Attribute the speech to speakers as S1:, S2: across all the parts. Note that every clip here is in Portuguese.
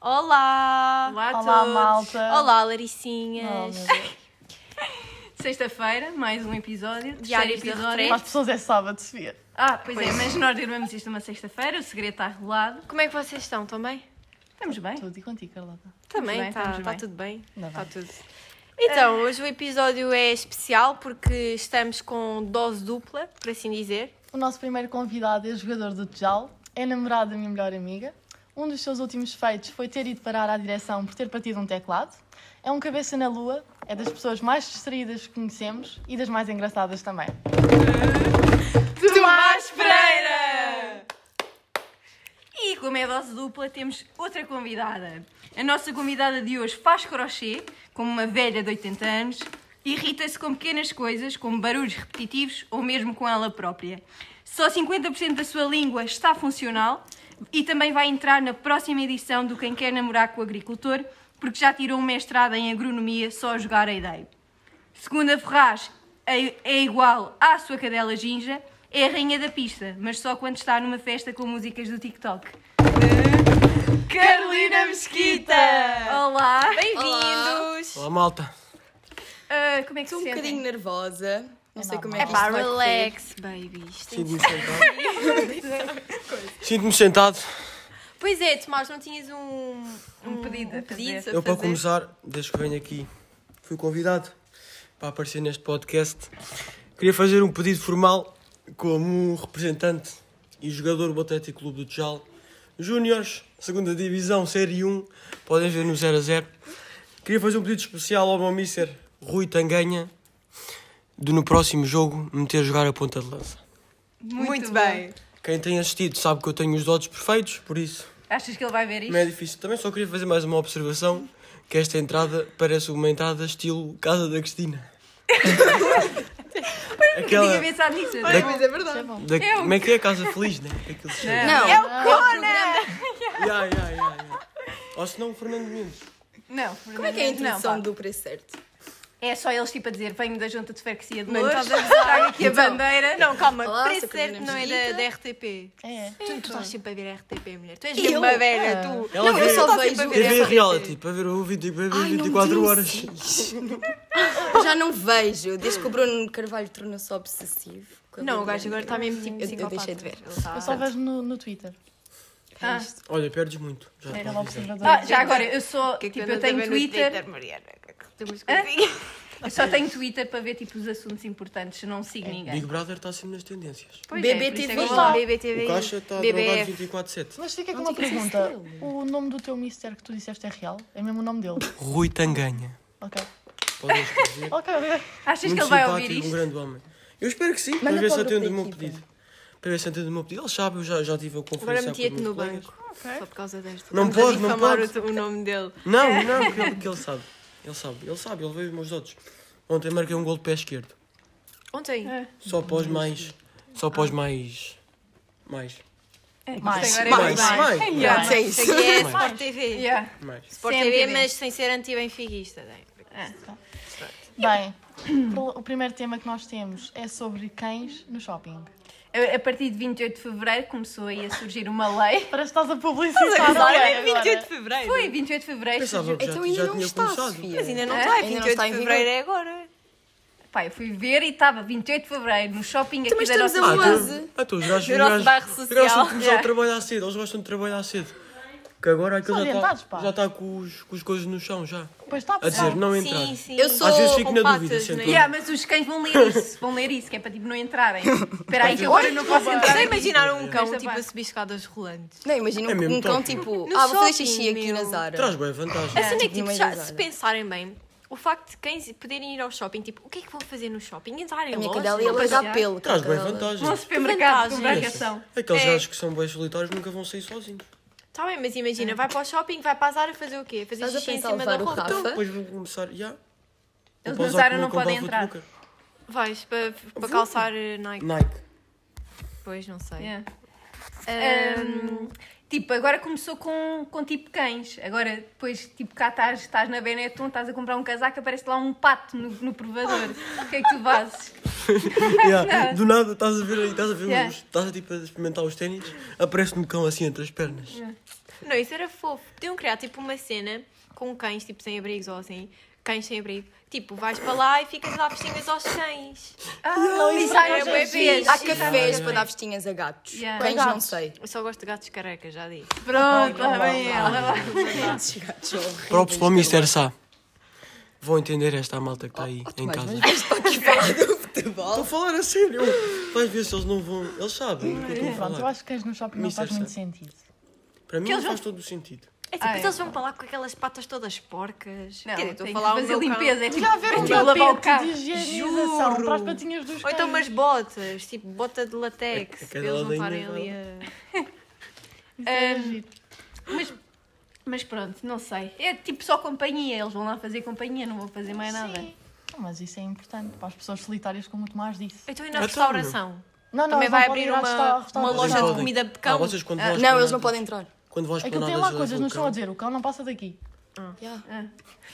S1: Olá!
S2: Olá a
S3: Olá,
S2: todos.
S3: malta.
S1: Olá,
S3: Oh, meu
S1: Laricinhas!
S3: Deus.
S2: Sexta-feira, mais um episódio.
S1: Diários
S2: terceiro
S1: de
S2: episódio.
S3: Para as pessoas é sábado, Sofia.
S2: Ah, pois, é,
S1: Pois.
S2: mas nós gravamos isto numa sexta-feira, o segredo está rolado.
S1: Como é que vocês estão? Estão bem?
S2: Estamos bem.
S3: Tudo e contigo, Carlota.
S1: Também,
S2: bem,
S1: está
S2: estamos bem.
S1: tá, tudo bem.
S3: Ainda
S1: Está
S2: Tá.
S3: bem. Tá
S1: tudo. Então, hoje o episódio é especial porque estamos com dose dupla, por assim dizer.
S3: O nosso primeiro convidado é jogador do Tejal, é namorado da minha melhor amiga. Um dos seus últimos feitos foi ter ido parar à direção por ter partido um teclado. É um cabeça na lua, é das pessoas mais distraídas que conhecemos e das mais engraçadas também.
S1: Tomás Pereira!
S2: E como é dose dupla, temos outra convidada. A nossa convidada de hoje faz crochê, como uma velha de 80 anos, irrita-se com pequenas coisas, como barulhos repetitivos ou mesmo com ela própria. Só 50% da sua língua está funcional e também vai entrar na próxima edição do Quem Quer Namorar com o Agricultor, porque já tirou um mestrado em agronomia só a jogar a ideia. Segunda Ferraz é é igual à sua cadela Ginja, é a rainha da pista, mas só quando está numa festa com músicas do TikTok.
S1: Eh, Carolina Mesquita!
S2: Olá!
S1: Ah, Bem-vindos!
S4: Olá, malta.
S2: Ah, como é que
S5: Estou um
S2: se sentem?
S5: bocadinho nervosa. Não sei como é
S1: É
S5: que
S1: pá,
S5: isto vai correr.
S1: relax, babies. Tem-
S4: Sinto-me sentado. Sinto-me sentado.
S1: Pois é, Tomás, não tinhas um,
S2: Um pedido a
S1: pedido?
S2: fazer.
S1: a
S4: Eu, para
S1: fazer?
S4: começar, desde que venho aqui, fui convidado para aparecer neste podcast. Queria fazer um pedido formal como representante e jogador do Atlético Clube do Tchal. Júniores, segunda Divisão, Série 1, podem ver no 0 a 0. Queria fazer um pedido especial ao meu míster Rui Tanganha de no próximo jogo meter a jogar a ponta de lança.
S5: Muito, bem.
S4: Quem tem assistido sabe que eu tenho os dotes perfeitos, por isso
S2: Achas que ele vai ver isto?
S4: Não é difícil. Também só queria fazer mais uma observação, que esta entrada parece uma entrada estilo Casa da Cristina.
S2: Nunca
S4: Aquela...
S2: tinha pensado nisso.
S5: Ai, mas é verdade.
S4: Da... Como é que é a Casa Feliz, né? Que Aquilo se chama.
S2: Não.
S1: É o Conan!
S4: Ya, ya, ya, ya. Ou se não, o Fernando Mendes.
S2: Não.
S5: Como é que é a introdução
S2: não, pá.
S5: do preço certo?
S2: É só eles tipo a dizer, venho da junta de freguesia de
S1: Mano,
S2: Lourdes,
S1: estás a gozar.
S2: trago aqui a
S1: Então,
S2: bandeira.
S1: Não, calma,
S5: Olá,
S1: preço
S5: sou Carolina
S1: certo não é da,
S5: Mesquita.
S1: da RTP.
S3: É.
S1: Tu, tu estás sempre a ver RTP, mulher. Tu és
S5: Eu?
S1: mesmo uma velha,
S3: Ah.
S1: tu.
S4: Ela
S5: Não, eu
S4: vê-
S5: só
S1: Estás sempre
S5: vejo.
S1: a ver
S4: TV
S1: essa
S4: reality, tipo, para ver o 20, para ver
S5: Ai, não
S4: 24
S5: me
S4: horas.
S5: Eu já não vejo. Desde que o Bruno Carvalho tornou-se obsessivo. com a
S1: Não, o
S5: Bíblia.
S1: gajo agora
S2: tá
S1: está mesmo tipo
S5: Eu- eu
S2: assim,
S1: psicopata.
S5: deixei de ver.
S1: Ele tá-
S3: Eu só vejo no, no Twitter. é
S2: Ah,
S4: Olha, perdes muito. Já te
S3: Aquele
S4: posso dizer.
S3: observador.
S2: ah, já agora, eu sou,
S1: Que é que
S2: tipo,
S1: anda
S2: eu
S1: a
S2: tenho
S1: ver no
S2: Twitter, é
S1: Mariana. Tem umas coisinhas.
S2: eu só tenho Twitter para ver tipo os assuntos importantes, não sigo ninguém.
S4: Big Brother está sempre nas tendências.
S2: Pois é, por isso é que
S5: BBTV.
S2: eu vou lá.
S5: Olá.
S1: BBTV.
S4: O caixa está drogado
S1: BBF.
S4: 24-7.
S3: Mas fica com uma pergunta. O nome do teu mister que tu disseste é real? É mesmo o nome dele?
S4: Rui Tanganha.
S3: Ok.
S4: Podem escrever.
S3: Ok, ok.
S2: Achas que
S4: Muito
S2: ele vai
S4: simpático,
S2: ouvir
S4: um
S2: isto?
S4: grande homem. Eu espero que sim, para
S5: Manda
S4: ver
S5: para
S4: se
S5: o grupo
S4: atende o
S5: da
S4: meu
S5: equipa.
S4: pedido. Para ver se atende o meu pedido. Ele sabe, eu já, já tive a conferência
S1: Agora metia-te no
S4: colegas.
S1: banco. Só por causa desta.
S4: é Não
S1: Vamos a
S4: pode, não
S1: difamar
S4: pode.
S1: O, o nome dele.
S4: Não, não, porque ele, porque ele sabe. Ele sabe, ele sabe, ele veio os meus dotes. Ontem marquei um gol de pé esquerdo.
S1: Ontem.
S4: Só para os mais. Só
S5: Ah.
S4: para os mais. Mais.
S3: Mais.
S2: Isto agora é
S4: Mais,
S2: muito bem.
S4: mais.
S2: Yeah.
S5: Pronto, é isso.
S1: Isto aqui é
S4: Mais.
S1: Sport TV.
S2: Yeah.
S4: mais.
S1: Sport
S2: Sempre
S1: TV,
S2: bem.
S1: mas sem ser anti-benfiquista. né?
S3: Bem, o primeiro tema que nós temos é sobre cães no shopping.
S2: A, a partir de 28 de fevereiro começou aí a surgir uma lei.
S3: Parece que estás a publicitar.
S1: Agora
S3: olha,
S1: é 28 de
S3: agora.
S1: fevereiro.
S2: Foi 28 de fevereiro.
S4: Pensava que já,
S5: Então
S4: já
S5: ainda não
S4: tinha
S5: está,
S4: começado.
S5: Sofia.
S1: Mas ainda não
S2: É?
S1: está.
S5: Ainda não
S1: 28
S5: está
S1: de
S5: em
S1: fevereiro é agora.
S2: Pá, eu fui ver e estava 28 de fevereiro no shopping aqui
S5: Também
S2: da
S5: estamos
S2: nossa
S5: a
S4: Ah,
S5: um
S2: cidade.
S5: onze.
S4: então, ah, então, os gajos,
S1: No
S4: os
S1: nosso
S4: gajos,
S1: bairro
S4: os gajos
S1: social.
S4: têm que começar a trabalhar cedo, eles gostam de trabalhar cedo. Que agora aquilo
S3: São
S4: já
S3: orientados,
S4: está
S3: pá.
S4: já tá com, os, com as coisas no chão já.
S3: Pois está,
S4: A dizer,
S3: pessoal.
S4: não entrar.
S1: Sim, sim.
S5: Eu sou
S4: Às vezes fico
S5: com
S4: na
S5: patas,
S4: dúvida, sempre.
S5: né?
S2: Yeah, mas os cães vão ler isso, vão ler isso, que é para tipo não entrarem. Espera aí que eu agora não posso entrar.
S1: Já imaginaram um cão
S2: Esta
S1: tipo
S2: parte.
S1: a subir escadas rolantes?
S5: Não, imagina
S4: É
S5: um,
S4: mesmo
S5: um cão
S4: top.
S5: tipo.
S1: No
S5: ah, vou fazer
S1: shopping,
S5: xixi aqui
S1: meu.
S5: na Zara.
S4: Traz bem vantagem.
S1: A cena é que,
S5: Tipo,
S1: tipo,
S5: mais
S1: já,
S5: usada.
S1: se pensarem bem, o facto de cães poderem ir ao shopping, tipo, o que é que vão fazer no shopping? Entrarem
S5: A minha
S1: lojas?
S5: cadela ia
S1: Não,
S5: largar
S2: passear.
S5: pelo.
S4: Traz bem
S5: cadela.
S4: vantagem.
S2: Vão ao supermercado com
S1: Que vantagem.
S2: marcação.
S4: Aqueles
S1: É.
S4: gajos que são bem solitários nunca vão sair sozinhos.
S1: Tá bem, mas imagina, vai para o shopping, vai para a Zara fazer o quê? Fazer
S5: Estás a
S1: xixi em
S5: pensar
S1: cima da
S5: levar o
S1: roupa.
S5: Rafa?
S4: Então, depois vão começar. Já.
S2: Eles
S4: Vou
S2: não
S4: pausar
S2: usaram,
S4: como
S2: não
S4: um cavalo
S2: podem entrar.
S4: de Luca.
S1: Vais para, para calçar eh, Nike.
S4: Nike.
S1: Pois, não sei.
S2: Yeah.
S1: Ahm,
S2: Hum, Tipo, agora começou com, com tipo cães. Agora, depois, tipo, cá estás, estás na Benetton, estás a comprar um casaco, aparece lá um pato no, no provador. O que é que tu fazes?
S4: Yeah, Do nada estás a ver aí, estás a ver
S2: Yeah.
S4: os- Estás a tipo a experimentar os ténis, aparece-me um cão assim entre as pernas.
S1: Não, isso era fofo. Podiam criar tipo uma cena com cães, tipo sem abrigos ou assim. Cães sem abrigo. Tipo, vais para lá e ficas a dar festinhas aos cães.
S3: Não, isso aí
S1: é
S3: é
S1: bué
S3: bem
S1: fixe.
S2: Ah,
S5: Há cafés para dar vestinhas a gatos.
S2: Yeah.
S5: Cães,
S3: Gatos.
S5: não sei.
S1: Eu só gosto de gatos carecas, já disse.
S2: Pronto, lá vem ela.
S5: Gatos, gatos são horríveis.
S4: Próprios para o Mister Sá. Vão entender esta malta que está aí em casa. Estou a
S5: Futebol.
S4: falar a sério. Vais ver se eles não vão. Eles sabem. do que eu estou a
S3: Pronto, eu
S4: falar.
S3: acho que cães no shopping não
S4: Mister
S3: faz muito
S4: Sam.
S3: sentido.
S4: Para mim
S2: que
S4: não
S2: eles
S4: faz todo o sentido.
S1: É tipo,
S2: Ai,
S1: eles vão para lá com aquelas patas todas porcas.
S2: Não,
S1: Quer dizer, estou a
S2: tem
S1: falar
S2: que
S1: o
S2: fazer
S1: meu cão.
S2: limpeza. É tipo,
S3: Já haver um
S2: é tipo lavar o
S3: tapete
S2: carro.
S3: de higienização para as patinhas dos cães.
S1: Ou então umas botas, tipo bota de latex,
S4: A- a
S1: para eles não
S4: cadela
S1: estarem
S4: da
S1: ali a...
S3: Isso era é giro.
S2: Mas, mas pronto, não sei. É tipo só companhia. Eles vão lá fazer companhia, não vão fazer mais nada.
S3: Sim. Não, Mas isso é importante para as pessoas solitárias, como o Tomás disse.
S1: Então e na
S4: Ah, então,
S1: restauração?
S3: Não, não,
S1: Também
S3: eles
S1: vai
S3: não podem
S1: abrir
S3: ir à resta-
S1: uma, uma
S3: restauração.
S4: Eles
S1: loja de
S4: podem.
S1: comida de
S4: Ah,
S1: cão.
S4: vocês quando vão às
S5: Não, eles não
S4: promenadas-
S5: podem entrar.
S4: Quando vão às
S3: Aquilo tem
S4: promenadas,
S3: lá
S4: eles
S3: coisas
S4: levam
S3: no
S4: o
S3: chão a
S4: cão.
S3: dizer, o cão não passa daqui.
S5: Yeah.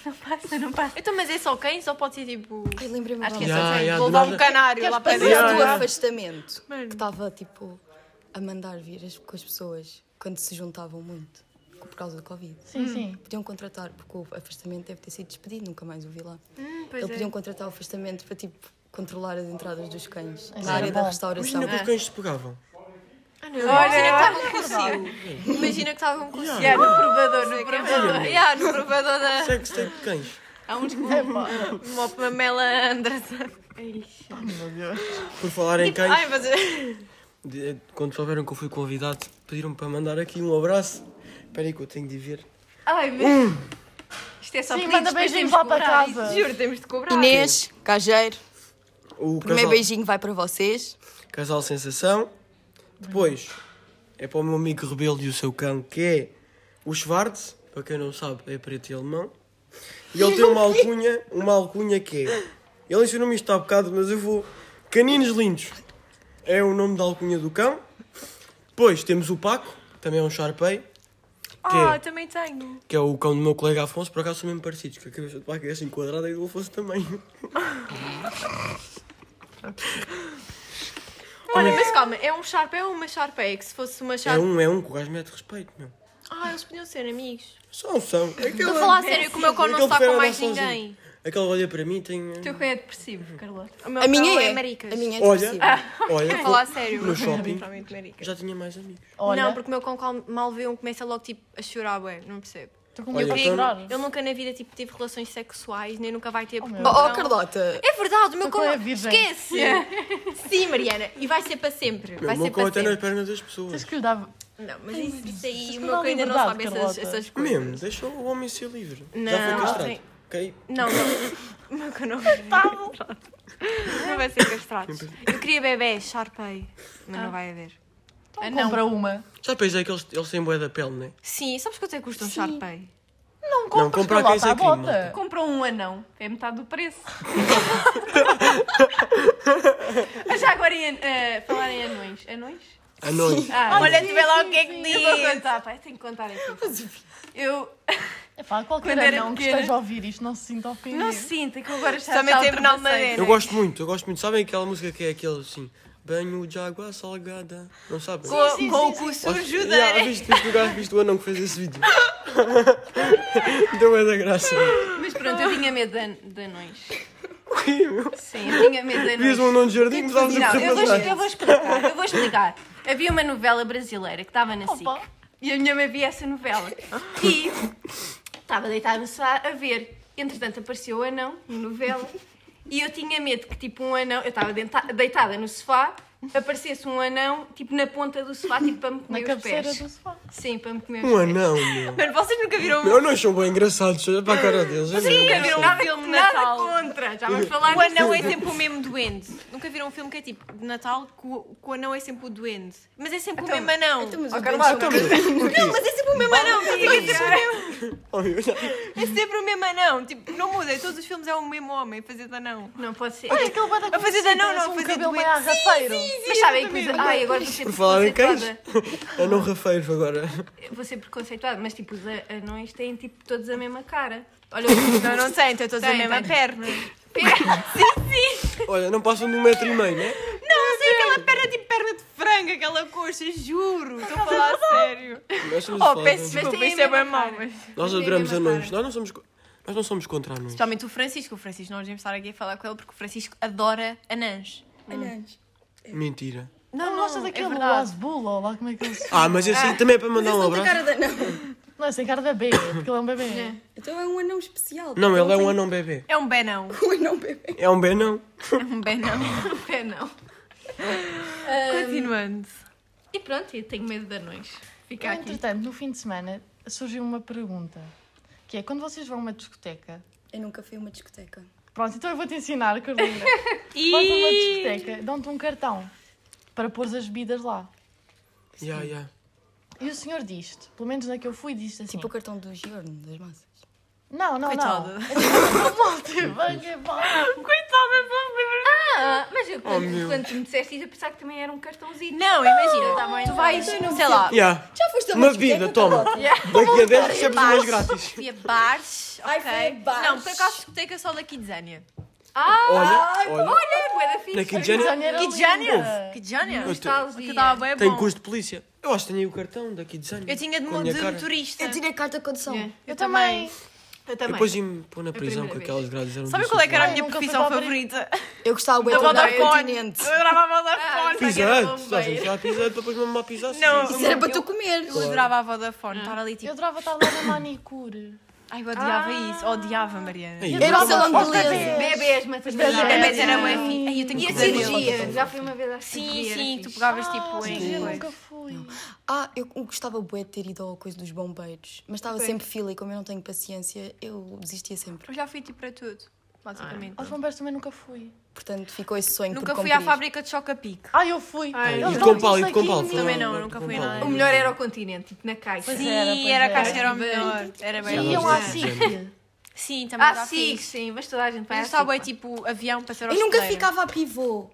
S2: Não passa, não passa.
S1: Então, mas é só cães ou pode ser tipo...
S5: Ai, lembrei-me
S2: Acho que é
S5: agora.
S2: só-
S4: Ya, ya,
S1: Vou
S4: do
S1: levar um
S4: nada-
S1: canário
S3: Queres
S1: lá para
S3: fazer
S5: Mas
S1: dentro.
S4: Yeah,
S5: do
S4: yeah.
S5: afastamento
S1: Mano.
S5: que estava tipo a mandar vir as- com as pessoas quando se juntavam muito por causa do Covid.
S1: Hum.
S3: Sim, sim.
S5: Podiam contratar, porque o afastamento deve ter sido despedido, nunca mais o vi lá.
S1: pois
S5: Eles
S1: é.
S3: um
S5: podiam contratar o afastamento para tipo controlar as entradas dos cães
S3: Isso
S5: na
S1: é
S3: era
S5: área da
S3: bom.
S5: restauração.
S4: Imagina que os é cães se pegavam.
S1: Ah, não.
S2: Olha,
S1: Imagina que estava um cursinho. Imagina que estava um cursinho.
S2: yeah, no provador, é no provador.
S1: Yeah, no provador da...
S4: Sex tape de cães.
S1: Há uns com
S3: Epá.
S1: uma Pamela Anderson.
S3: Meu Deus.
S4: Por falar em cães,
S1: Ai, mas...
S4: de- eh, quando souberam que eu fui convidado, pediram-me para mandar aqui um abraço. Espera aí que eu tenho de ir ver.
S2: Ai, meu. Isto é só
S3: Sim,
S2: pedidos,
S3: manda
S2: depois
S3: beijinhos
S2: temos
S3: lá
S2: de
S3: para
S2: cobrar
S3: casa.
S2: isso. Juro, temos de cobrar.
S5: Inês, Cajeiro,
S4: O
S5: o primeiro
S4: casal,
S5: beijinho vai para vocês.
S4: casal Sensação. Depois é para o meu amigo Rebelo e o seu cão, que é o Schwartz. Para quem não sabe, é preto e alemão. E ele tem uma alcunha, uma alcunha que é. Ele ensinou-me isto há bocado, mas eu vou. Caninos Lindos é o nome da alcunha do cão. Depois temos o Paco, também é um Sharpei.
S1: Ah, também tenho.
S4: que é o cão do meu colega Afonso, por acaso são mesmo parecidos, que a cabeça do Paco é assim quadrada e do Afonso também.
S1: Olha, mas calma, é um Sharpay ou uma Sharpay? Que se fosse uma
S4: É
S1: Sharpay...
S4: um, é um que o gajo mete respeito, meu.
S1: Ah, eles podiam ser amigos.
S4: São, são. É que
S1: Estou
S4: ele-
S1: a falar a sério que o meu cão não
S4: Aquele
S1: está
S4: prefere
S1: com
S4: andar
S1: mais
S4: sozinho.
S1: ninguém.
S4: Aquele olha para mim e tem. eh,
S2: O teu cão é depressivo, Carlota.
S1: O meu
S5: A minha
S1: cão
S5: é.
S1: Então maricas. Ah,
S5: A minha é
S4: Olha,
S5: depressiva.
S4: olha.
S1: Estou a falar a sério.
S4: No shopping
S1: Principalmente maricas.
S4: já tinha mais amigos.
S3: Olha,
S1: Não, porque o meu cão cal- mal vê um começa logo tipo a chorar, ué, não percebo.
S3: estou com é
S4: Olha,
S3: medo de
S4: então-
S3: chorar.
S1: Ele nunca na vida tipo, teve relações sexuais, nem nunca vai ter. porque
S3: meu
S1: o
S5: Oh,
S1: meu
S5: oh,
S1: cão-
S5: Carlota,
S1: É verdade, o meu
S3: Então
S1: cão
S3: é virgem.
S1: esquece.
S5: É.
S1: Sim, Mariana, e vai ser para sempre.
S4: Meu,
S1: Vai
S4: o meu
S1: ser
S4: cão
S1: para
S4: até nas
S1: sempre.
S4: pernas das
S3: Tens
S4: pessoas.
S3: que lhe dar...
S1: Não, mas isso, isso aí,
S3: Mas
S1: o meu cão
S3: que
S1: ainda não
S3: dá
S1: sabe essas,
S3: liberdade,
S1: essas coisas.
S4: Mesmo, deixa o homem ser livre. já
S1: Não,
S4: foi castrado.
S1: tem-
S4: Ok?
S1: Não, não. O meu cão não vai ser
S3: Tá
S1: castrado. Não vai ser castrado.
S4: assim.
S1: Eu queria bebés, Sharpay, mas não vai haver.
S2: Ah, não.
S3: Então Compra uma.
S4: Já pensei que eles, eles têm boé da pele, não é?
S1: Sim, sabes quanto é que custa um Sharpay?
S3: Não compras
S4: comprar quem
S3: Carlota, tá
S4: sei
S3: à
S4: quem,
S3: bota.
S2: Comprou um anão, é metade do preço. Mas já agora, em, eh, falar em anões. Anões?
S4: À noite.
S2: Ah,
S1: Olha, tu vê lá o que é que
S2: eu vou contar, pá, eu tenho que contar aqui. Eu
S3: Epá, qualquer
S2: Quando era
S3: anão que
S2: pequena.
S3: esteja a ouvir isto não se sinta ofendido.
S2: não sinto, é que eu agora já
S1: Também
S2: já
S1: tem penal de
S2: ultrapassei.
S1: madeira.
S4: Eu gosto muito, eu gosto muito. Sabem aquela música que é aquela assim? Banho de água salgada. Não sabem?
S1: Com,
S3: sim,
S1: com o
S3: sim,
S1: cu
S4: Acho-
S1: sujo da
S4: Yeah, viste, viste o gajo, viste o anão que fez esse vídeo. Deu é da graça.
S2: Mas pronto, eu tinha medo de, an- de anões. Sim, eu tinha medo de anões.
S4: Vias um tipo anão de jardim,
S2: Não,
S4: começavas a correr
S2: eu
S4: para
S2: vou,
S4: trás.
S2: eu vou explicar, eu vou explicar. Havia uma novela brasileira que estava na SIC.
S3: Opa.
S2: E a minha mãe via essa novela. E estava deitada no sofá a ver. Entretanto apareceu o anão na novela. E eu tinha medo que tipo um anão... Eu estava denta- deitada no sofá, aparecesse um anão tipo na ponta do sofá, tipo para me
S3: Na
S2: comer os
S3: cabeceira
S2: pés.
S3: do sofá.
S2: Sim, para me comer os
S4: Um
S2: pés.
S4: anão, meu.
S1: Mano, vocês nunca viram um
S4: Meu, anões são bem engraçados, olha para a cara deles. é bem
S1: Nunca
S4: engraçado.
S1: viram um
S2: Nada,
S1: filme de
S2: nada
S1: Natal.
S2: contra, já vamos falar
S1: O
S2: nisso.
S1: anão é sempre o mesmo duende. Nunca viram um filme que é tipo de Natal que o, que o anão é sempre o duende. Mas é sempre o mesmo anão.
S5: então, mas
S1: Oh,
S5: o
S1: Carlota,
S5: duende
S1: Não, mas é sempre o mesmo anão. fica sempre o mesmo-
S4: Oh, meu, não.
S1: É sempre o mesmo anão. Tipo, não muda. Em todos os filmes é o mesmo homem a fazer de anão.
S2: Não pode ser.
S3: Olha aquele bada
S1: A fazer
S3: conhecido,
S1: anão,
S3: parece
S1: não,
S3: um
S1: fazer
S3: cabelo meio
S1: doente. Sim,
S3: arrafeiro.
S2: Mas sabem que... os- Ai, agora vou ser
S4: Por falar em cães,
S2: desconcentrada.
S4: anão rafeiro agora.
S2: vou ser preconceituada, mas tipo, os a- anões têm tipo todos a mesma cara. Olha, o-
S1: Não, não tem. Então todos a
S2: Tem,
S1: mesma
S2: tem.
S1: perna.
S4: Olha, não passam de um metro e meio, né?
S1: Não, mas é aquela perna tipo perna de frango, aquela coxa. Juro. Estou a falar a sério. sério.
S4: Nós somos
S1: Oh,
S4: fofos.
S1: peço desculpa,
S2: tem a
S1: isso é bem
S2: mesma
S1: mau.
S2: cara.
S1: mas-
S4: Nós
S1: tem a
S4: adoramos
S1: mesma
S4: anões.
S1: cara.
S4: Nós não somos, co- nós não somos contra anões.
S1: Especialmente o Francisco. O Francisco, nós devemos estar aqui a falar com ele porque o Francisco adora anãs.
S5: Anãs.
S4: Mentira.
S1: Não,
S3: Não gostas
S1: é
S3: daquele
S1: verdade.
S3: Asbula, ou lá como é que ele se
S4: Ah, mas esse aí também é para
S5: Mas
S4: mandar
S5: esse
S4: um
S5: não tem
S4: abraço.
S5: cara de anão.
S3: Não, esse tem cara de bebê, porque ele é um bebê.
S5: Então é um anão especial.
S4: Não,
S5: porque
S4: ele é um
S5: tem-
S4: anão bebê.
S1: É um benão.
S5: Um anão bebê.
S4: É um benão.
S1: Um benão. Um benão. Ah, Continuando.
S2: E pronto, eu tenho medo de anões. Fica
S3: Eu,
S2: aqui.
S3: entretanto, no fim de semana surgiu uma pergunta, que é quando vocês vão a uma discoteca,
S5: Eu nunca fui a uma discoteca.
S3: pronto, então eu vou-te ensinar, Carolina. Vais a uma
S1: E...
S3: discoteca, dão-te um cartão para pôr as bebidas lá.
S4: Ya, ya.
S3: E o senhor diz-te, pelo menos na que eu fui, diz-te assim.
S5: Tipo o cartão do Giorno, das massas.
S3: Não, não,
S1: Coitada.
S3: não. É tipo, malta, vai, é bom.
S2: Ah, mas eu
S5: Oh,
S2: quando,
S4: meu.
S2: quando tu me disseste isso, eu pensava que também era um cartãozinho.
S1: Não, imagina.
S2: tá bem,
S1: tu
S2: tá
S1: vais,
S5: bem. Eu não
S1: sei lá,
S4: Ya.
S5: Já foste a uma
S4: Uma
S5: discoteca,
S4: vida, toma.
S5: Carlota?
S4: Daqui a 10 recebes umas grátis.
S1: Fui a bares.
S5: Ai,
S1: ok.
S5: fui a bares.
S1: Não, por acaso discoteca só da Kidzania.
S4: Olha, olha.
S2: Olha, bué da fixe.
S4: Na Kidjana
S3: Kidzania era
S1: Kidzania?
S3: linda.
S1: Kidzania?
S4: Eu te-
S1: Hum. Que estava bem
S4: tem
S1: bom.
S4: curso de polícia. Eu acho que tenho aí o cartão da Kidjana.
S1: Eu tinha de,
S4: com a minha
S1: de
S4: cara.
S1: motorista.
S5: Eu tirei carta de condução.
S1: Yeah,
S3: Eu também.
S1: Eu
S4: Eu
S1: também.
S4: Depois ia-me pôr na prisão
S1: primeira
S4: com
S1: vez.
S4: aquelas grades. eram
S1: Sabe
S4: do
S1: qual é que era a
S3: Ai,
S1: minha
S3: nunca fui
S1: profissão
S3: para a
S1: favorita?
S5: Eu gostava muito
S1: Da
S5: de andar no
S1: Vodafone.
S5: continente.
S1: Eu adorava a Vodafone.
S4: Fiz
S1: aquela
S4: antes, já
S1: bombeira.
S4: gente já fiz antes, depois mesmo a pisar.
S1: Não.
S5: Isso era para tu comeres.
S1: Eu adorava a Vodafone. Estar ali
S3: Eu
S1: tipo...
S3: adorava estar lá na manicure.
S1: Ai, eu odiava isso. Odiava, Mariana.
S4: Ei,
S5: Era o
S4: nunca mais-
S5: salão de beleza.
S2: Bebês, mas
S3: Bebês.
S1: Bebês
S3: Bebês
S1: era
S3: bem
S1: bem fixe. Ai, eu tenho
S2: assim. E assim a
S1: que
S2: cirurgia? Já fui uma vez à
S1: Sim,
S2: cirurgia.
S1: sim.
S2: era
S1: Tu
S2: fixe.
S1: pegavas
S3: Ah,
S1: tipo
S3: sim,
S1: em...
S3: eu
S1: coisa.
S3: nunca fui.
S5: Ah, eu eu gostava bué de ter ido ao coisa dos bombeiros. Mas estava sempre fila e como eu não tenho paciência, eu desistia sempre.
S1: Eu já fui tipo para tudo. Basicamente.
S3: Aos bombeiros também nunca fui.
S5: Portanto, ficou esse sonho
S1: Nunca
S5: por
S1: fui à
S5: cumprir.
S1: fábrica de Chocapic.
S3: Ah, eu fui.
S1: Ai,
S3: Eles
S4: E
S3: dão-te
S4: com pau,
S3: um
S4: e com pau.
S3: saquinho.
S1: Também não, nunca fui nada.
S2: O melhor era o continente, tipo na caixa.
S3: Pois é.
S1: Sim, era,
S3: era.
S1: a caixa era o
S2: Bem.
S1: melhor. Era bem
S3: E
S1: bom.
S3: iam à SIC.
S1: Sim, também
S2: Ah,
S1: já
S2: sim, é
S1: fiz.
S2: sim, mas toda a gente vai
S1: Mas
S2: à
S1: eu estava
S2: SIC,
S1: bem
S2: pá.
S1: tipo avião para ser
S5: Eu nunca ficava a pivô.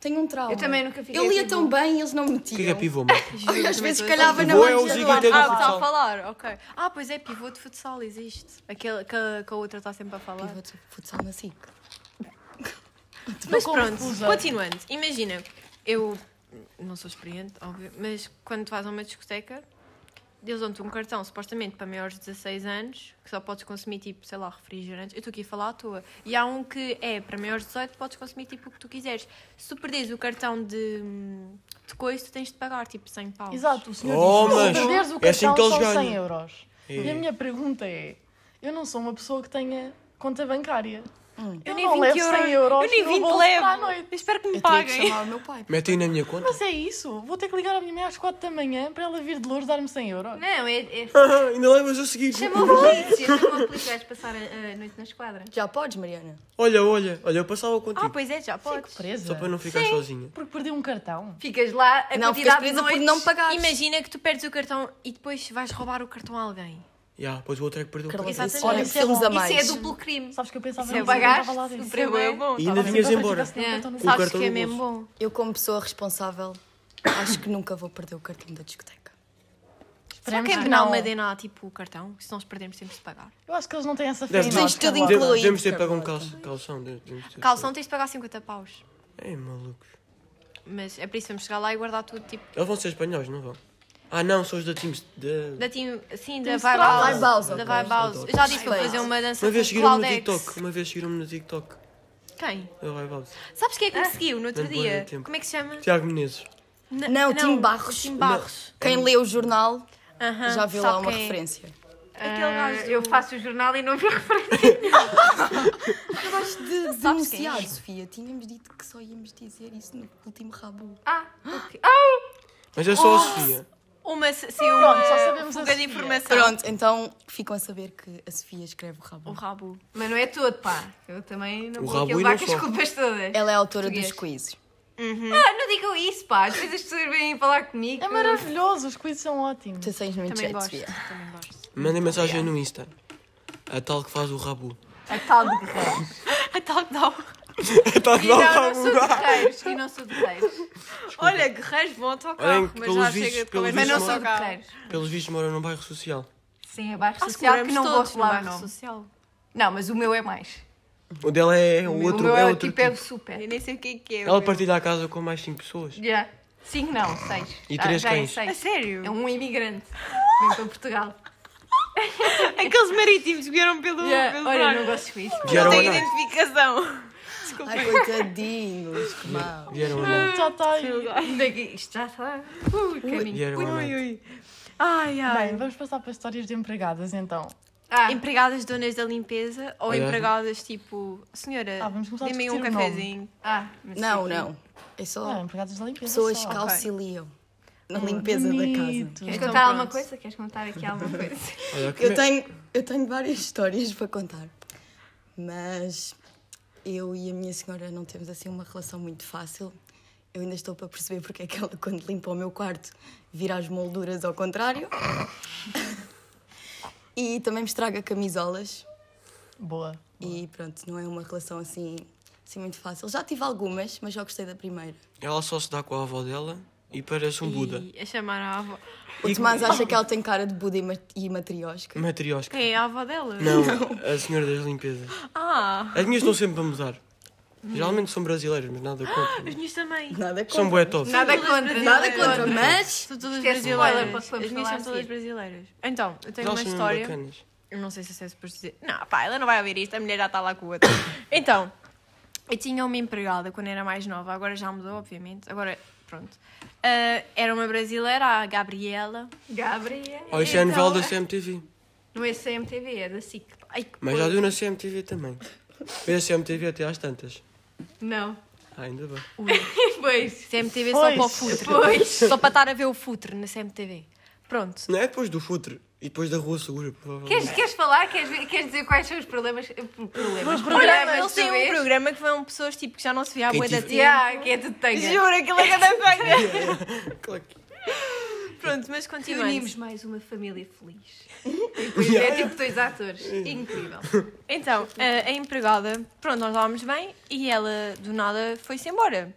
S5: Tenho um trauma.
S2: Eu também nunca fiquei
S5: Eu
S2: a
S5: lia
S2: pivô.
S5: tão bem e eles não me
S4: O
S5: metiam.
S4: que é que é pivô, mano?
S5: Olha, às vezes calhava na
S4: Pivô é o
S5: manja do
S4: gigante
S5: ar.
S4: do-
S1: Ah,
S4: futsal.
S1: está a falar, ok. Ah, pois é, pivô de futsal existe. Aquele que, a- que a outra está sempre a falar.
S5: Pivô de futsal na SIC.
S1: Mas
S3: Estou
S1: pronto,
S3: confusa.
S1: continuando. Imagina, eu não sou experiente, óbvio, mas quando tu vais a uma discoteca, eles dão-te um cartão supostamente para maiores de 16 anos, que só podes consumir tipo, sei lá, refrigerantes. Eu estou aqui a falar à toa. E há um que é para maiores de 18, podes consumir tipo o que tu quiseres. Se tu perdes o cartão de, de coisa, tu tens de pagar tipo 100 paus.
S3: Exato, o senhor
S4: Oh,
S3: diz,
S4: mas
S3: se perderes o
S4: é assim
S3: cartão
S4: que eles
S3: são
S4: ganham.
S3: 100 euros. E
S4: É.
S3: a minha pergunta é, eu não sou uma pessoa que tenha conta bancária.
S4: Hum.
S3: Eu,
S1: nem
S3: não
S1: 20
S3: levo 100 euros,
S1: eu nem
S3: no
S1: 20
S3: bolso
S1: levo.
S3: para a noite.
S1: Eu espero que me
S5: Eu tinha que
S1: paguem.
S5: chamar o meu pai.
S4: Mete aí na minha conta.
S3: Mas é isso, vou ter que ligar à minha mãe às 4 da manhã para ela vir de Lourdes dar-me 100 euros.
S2: Não, é. é...
S4: Ainda levas a seguir.
S2: Chama a polícia, chama a polícia, vais passar a, a noite na esquadra.
S5: Já podes, Mariana?
S4: Olha, olha, olha, eu passava
S1: Ah,
S4: contigo.
S1: pois é, já podes.
S3: Fico presa.
S4: Só para não ficar sozinha.
S3: Porque perdi um cartão.
S2: Ficas lá, a
S5: não,
S2: quantidade
S5: ficas
S2: de
S5: presa por
S2: noites-
S5: não pagares.
S1: é Imagina que tu perdes o cartão e depois vais roubar o cartão a alguém.
S4: Já, pois o outro é que perdeu o
S5: Carlota,
S4: cartão.
S5: isso
S1: Exatamente.
S5: é filmes a mais.
S2: Isso é duplo crime.
S3: Sabes que eu pensava
S2: Se
S1: é
S2: não
S3: nisso, eu
S2: pagaste,
S3: estava lá
S2: o
S3: dentro.
S2: prêmio é bom.
S4: E ainda
S3: Estava
S4: vinhas
S3: dentro,
S4: embora.
S3: tivesse um cartão no
S4: Com o
S1: Sabes
S4: cartão
S1: que é
S4: no
S1: mesmo
S4: bolso.
S1: bom.
S5: Eu, como pessoa responsável, acho que nunca vou perder o cartão da discoteca.
S1: Será que é
S3: Esperemos que
S1: penal
S3: não.
S1: Madena, tipo, o cartão? Se nós perdemos, temos de pagar.
S3: Eu acho que eles não têm essa fé
S4: Deve
S3: em
S4: ter
S3: nós,
S5: tudo
S3: Carlota.
S5: incluído.
S4: Devemos ter pago um calção. calção devemos ter-
S5: é.
S1: Calção tens de pagar 50 paus.
S4: Ei, malucos.
S1: Mas é por isso, vamos chegar lá e guardar tudo, tipo,
S4: Eles vão ser espanhóis, não vão? Ah, não, são os da Teams. Da...
S1: da team, assim, da
S3: Strava.
S1: Vibe House.
S5: Vibe House,
S1: Da
S5: ok.
S1: Vibe House. Eu já disse para
S5: Vibe
S1: fazer uma dança
S4: Uma
S1: com
S4: vez
S1: o
S4: seguiram-me no
S1: Claudex.
S4: TikTok. Uma vez seguiram-me no TikTok.
S1: Quem?
S4: Eu vai, Baldes.
S1: Sabes quem é que me seguiu no outro
S4: Não, boa,
S1: dia?
S4: deu tempo.
S1: Como é que se chama?
S4: Tiago Menezes.
S1: Na-
S5: Ah. Não, Tim Barros.
S1: Tim Barros.
S5: Quem lê o jornal
S1: Aham,
S5: já viu
S1: sabe
S5: lá uma
S1: quem é.
S5: referência.
S1: Aquele
S2: Ah,
S1: gajo.
S2: eu faço o jornal e não vi referência.
S5: Eu gosto de
S1: sabes quem é?
S5: denunciar, Sofia. Tínhamos dito que só íamos dizer isso no último rabo.
S2: Ah, ok. Ah,
S4: Mas é só a Sofia.
S1: Uma, se- sim, uma
S3: Pronto, só sabemos a
S1: fuga de
S3: Sofia.
S1: informação.
S5: Pronto, então ficam a saber que a Sofia escreve o rabo.
S1: O rabo.
S2: Mas não é todo, pá. Eu também não
S4: O
S2: vou aqui
S4: rabo e
S2: levar
S4: não
S2: com
S4: só.
S2: as culpas todas.
S1: um-
S5: Ela é a autora
S2: Português.
S5: dos quizzes.
S2: Ah, não digam isso, pá. Às vezes as pessoas vêm falar comigo.
S3: É maravilhoso, os quizzes são ótimos.
S5: Tu tens muito
S1: Também
S5: jeito,
S1: gosto.
S5: Sofia.
S1: Também gosto.
S4: Mandem mensagem no Insta. A tal que faz o rabu.
S2: A tal de guerreiros.
S1: A tal que dá o
S4: A tal que
S2: E não,
S4: dá o
S2: não sou
S4: Tá rabu.
S2: guerreiros. E não sou guerreiros.
S1: Olha, guerreiros vão
S4: Olhem
S1: autocarro,
S4: que
S1: mas
S4: pelos
S1: já
S4: vistos-
S1: chega de
S4: pelos
S1: conversa.
S2: Mas não
S4: Isso
S2: sou
S4: não
S1: autocarro.
S2: guerreiros.
S4: Pelos vistos mora num bairro social.
S2: Sim, é bairro
S1: Acho que
S2: social que
S1: moramos
S2: não vou
S1: todos no
S2: falar o
S1: bairro
S2: nome.
S1: social.
S2: Não, mas o meu é mais.
S4: O dela é o
S2: o
S4: outro.
S2: meu
S4: É
S2: é o
S4: outro
S2: tipo é
S4: tipo.
S2: super.
S1: Eu nem sei o que é que é.
S4: Ela
S1: meu.
S4: partilha a casa com mais 5 pessoas.
S2: Yeah. Cinco não, seis.
S4: E
S2: Já-
S4: três
S2: já é
S4: cães.
S2: seis.
S1: A sério?
S2: É um imigrante. Vem para Portugal.
S1: Aqueles marítimos que vieram pelo.
S2: Yeah,
S1: pelo
S2: Olha,
S1: mar.
S2: não gosto de suíço.
S1: não
S4: Vieram
S1: tem
S4: ou não?
S1: identificação. Desculpa.
S5: Ai, coitadinhos, que mal.
S4: Vieram ou
S2: Ah,
S4: não?
S3: Já está aí.
S2: Daqui- Isto já está. Uh, caminho.
S4: Vieram ou não?
S1: ui. Ai, ai.
S3: Bem, vamos passar para histórias de empregadas então.
S2: Ah,
S1: Empregadas donas da limpeza ou
S4: Olha.
S1: empregadas tipo, senhora,
S3: Ah, vamos começar a
S1: dê-me um
S3: discutir o nome.
S1: cafezinho.
S2: ah, mas
S5: Não,
S2: sim.
S5: não. É
S3: Ah,
S5: só
S3: empregadas da limpeza.
S5: pessoas
S3: só.
S5: que auxiliam
S1: Hum.
S5: na limpeza da casa.
S3: Bonito.
S2: Queres
S1: Então
S2: contar alguma
S1: pronto.
S2: coisa? Queres contar aqui alguma coisa?
S4: Olha, que
S5: Eu
S4: me-
S5: tenho, eu tenho várias histórias para contar, mas eu e a minha senhora não temos assim uma relação muito fácil. Eu ainda estou para perceber porque é que ela, quando limpa o meu quarto, vira as molduras ao contrário. E também me estraga camisolas.
S3: Boa.
S5: E pronto, não é uma relação assim, assim muito fácil. Já tive algumas, mas já gostei da primeira.
S4: Ela só se dá com a avó dela e parece um Buda.
S1: E a chamar a avó.
S5: O
S4: E-
S5: Tomás acha que ela tem cara de Buda e ma- e matriosca.
S4: Matriosca.
S1: Quem é a avó dela?
S4: Não, a senhora das limpezas.
S1: Ah,
S4: As minhas estão sempre a mudar. Geralmente são brasileiras, mas nada
S1: os
S4: contra.
S1: meus também.
S5: Nada contra.
S4: São bué top.
S2: Nada
S1: Todas
S2: contra,
S5: Nada
S1: brasileiras.
S5: contra, mas
S1: São todas
S2: Esquece spoiler,
S1: brasileiras.
S2: posso- podemos
S1: As minhas
S2: falar
S1: são
S2: a
S1: todas
S2: seguir.
S1: brasileiras. Então, eu tenho uma
S4: Elas são mesmo
S1: história.
S4: bacanas.
S1: Eu não sei se é sucesso por dizer. Não, pá, ela não vai ouvir isto, a mulher já está lá com o outro. Então, eu tinha uma empregada quando era mais nova, agora já mudou, obviamente. Agora, pronto. Ah, era uma brasileira, a Gabriela.
S2: Gabriela.
S4: Olha, isto é a
S1: Então-
S4: novela da CMTV.
S2: Não é CMTV, é da SIC.
S1: Ai, que
S4: Mas já deu na CMTV também. Vê a CMTV até às tantas.
S2: Não.
S4: Ah, ainda bem.
S2: Pois.
S1: CMTV só
S3: Pois.
S1: para o futre.
S2: Pois.
S1: Só para estar a ver o futre na CMTV. Pronto.
S4: Não é depois do futre e depois da rua segura,
S1: é
S4: provavelmente.
S2: Queres, queres falar? Queres, ver- queres dizer quais são os problemas? eh, Problemas.
S1: Olha,
S2: Problemas,
S1: eles têm
S2: tu
S1: um
S2: vês?
S1: programa que vão pessoas tipo, que já não se vê há
S4: Quem
S1: boa da
S4: tive-
S2: Yeah, que é tudo tenha.
S1: Juro, aquilo é que eu tenho
S4: Claro que-
S1: Pronto, mas
S2: Que
S1: continuando.
S2: unimos mais uma família feliz. um E depois é tipo dois atores. Incrível.
S1: Então, a, a empregada, pronto, nós estávamos bem e ela do nada foi-se embora.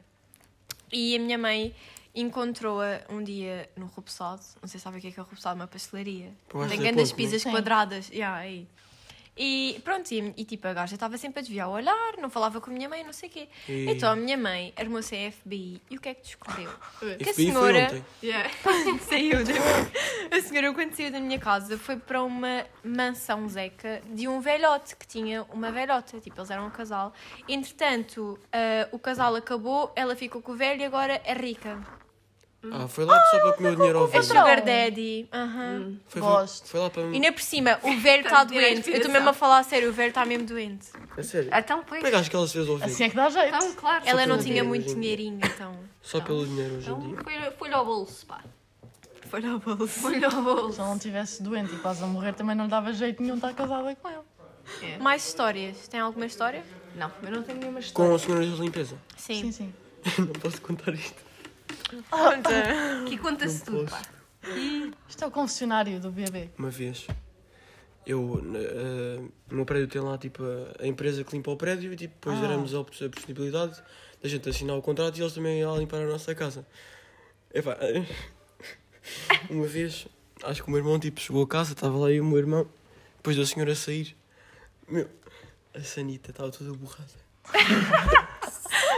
S1: E a minha mãe encontrou-a um dia no Rupsado, não sei se sabe o que é que é o Rupsado, uma pastelaria.
S4: Pois,
S1: Tem
S4: é
S1: grandes
S4: pouco, né?
S1: pizzas
S3: Sim.
S1: quadradas, yeah, aí. E pronto, e, e tipo, a gaja estava sempre a desviar o olhar, não falava com a minha mãe, não sei o quê.
S4: E-
S1: Então a minha mãe armou-se a FBI e o que é que descobriu? que a
S4: FBI foi
S1: senhora
S4: ontem.
S2: Yeah.
S1: saiu né? da... A senhora, quando saiu da minha casa, foi para uma mansão zeca de um velhote, que tinha uma velhota. Tipo, eles eram um casal. Entretanto, ah, o casal acabou, ela ficou com o velho e agora é rica. Hum.
S4: Ah, foi lá só para comer o dinheiro ao
S1: É
S4: vivo. Foi,
S1: sugar daddy. Aham.
S4: foi,
S3: Gosto.
S4: foi lá para...
S1: E ainda por cima, o velho está
S2: Tanto direito
S1: doente. Eu estou mesmo a falar a sério, o velho está mesmo doente.
S4: A sério.
S2: Então, pois.
S4: Pegaste que ela se fez ouvir.
S3: Assim é que dá jeito.
S2: Então, claro.
S1: Ela não
S4: pelo
S1: tinha
S4: dinheiro
S1: muito
S4: hoje em dia.
S1: dinheirinho, então...
S4: Só pelo dinheiro hoje em
S2: Então,
S4: dia.
S2: foi- foi-lhe ao bolso, pá.
S1: Foi ao bolso.
S2: Foi-lhe ao
S3: Se
S2: bolso.
S3: ela não estivesse doente e quase a morrer, também não lhe dava jeito nenhum estar casada com ela.
S1: Mais histórias. Tem alguma história?
S2: Não, eu não tenho nenhuma história.
S4: Com a senhora da limpeza.
S3: Sim, sim.
S4: Não posso contar isto.
S1: Conta.
S2: Aqui conta-se tudo, pá.
S4: posso.
S3: Isto é o concessionário do bebê.
S4: Uma vez, eu, na- eh, no meu prédio tem lá, tipo, a- a empresa que limpa o prédio e, tipo, depois
S3: Ah.
S4: daremos a op- a possibilidade da gente assinar o contrato e eles também iam lá limpar a nossa casa. Epá, eh, uma vez, acho que o meu irmão, tipo, chegou a casa, estava lá eu e o meu irmão, depois da senhora sair, meu, a sanita estava toda borrada.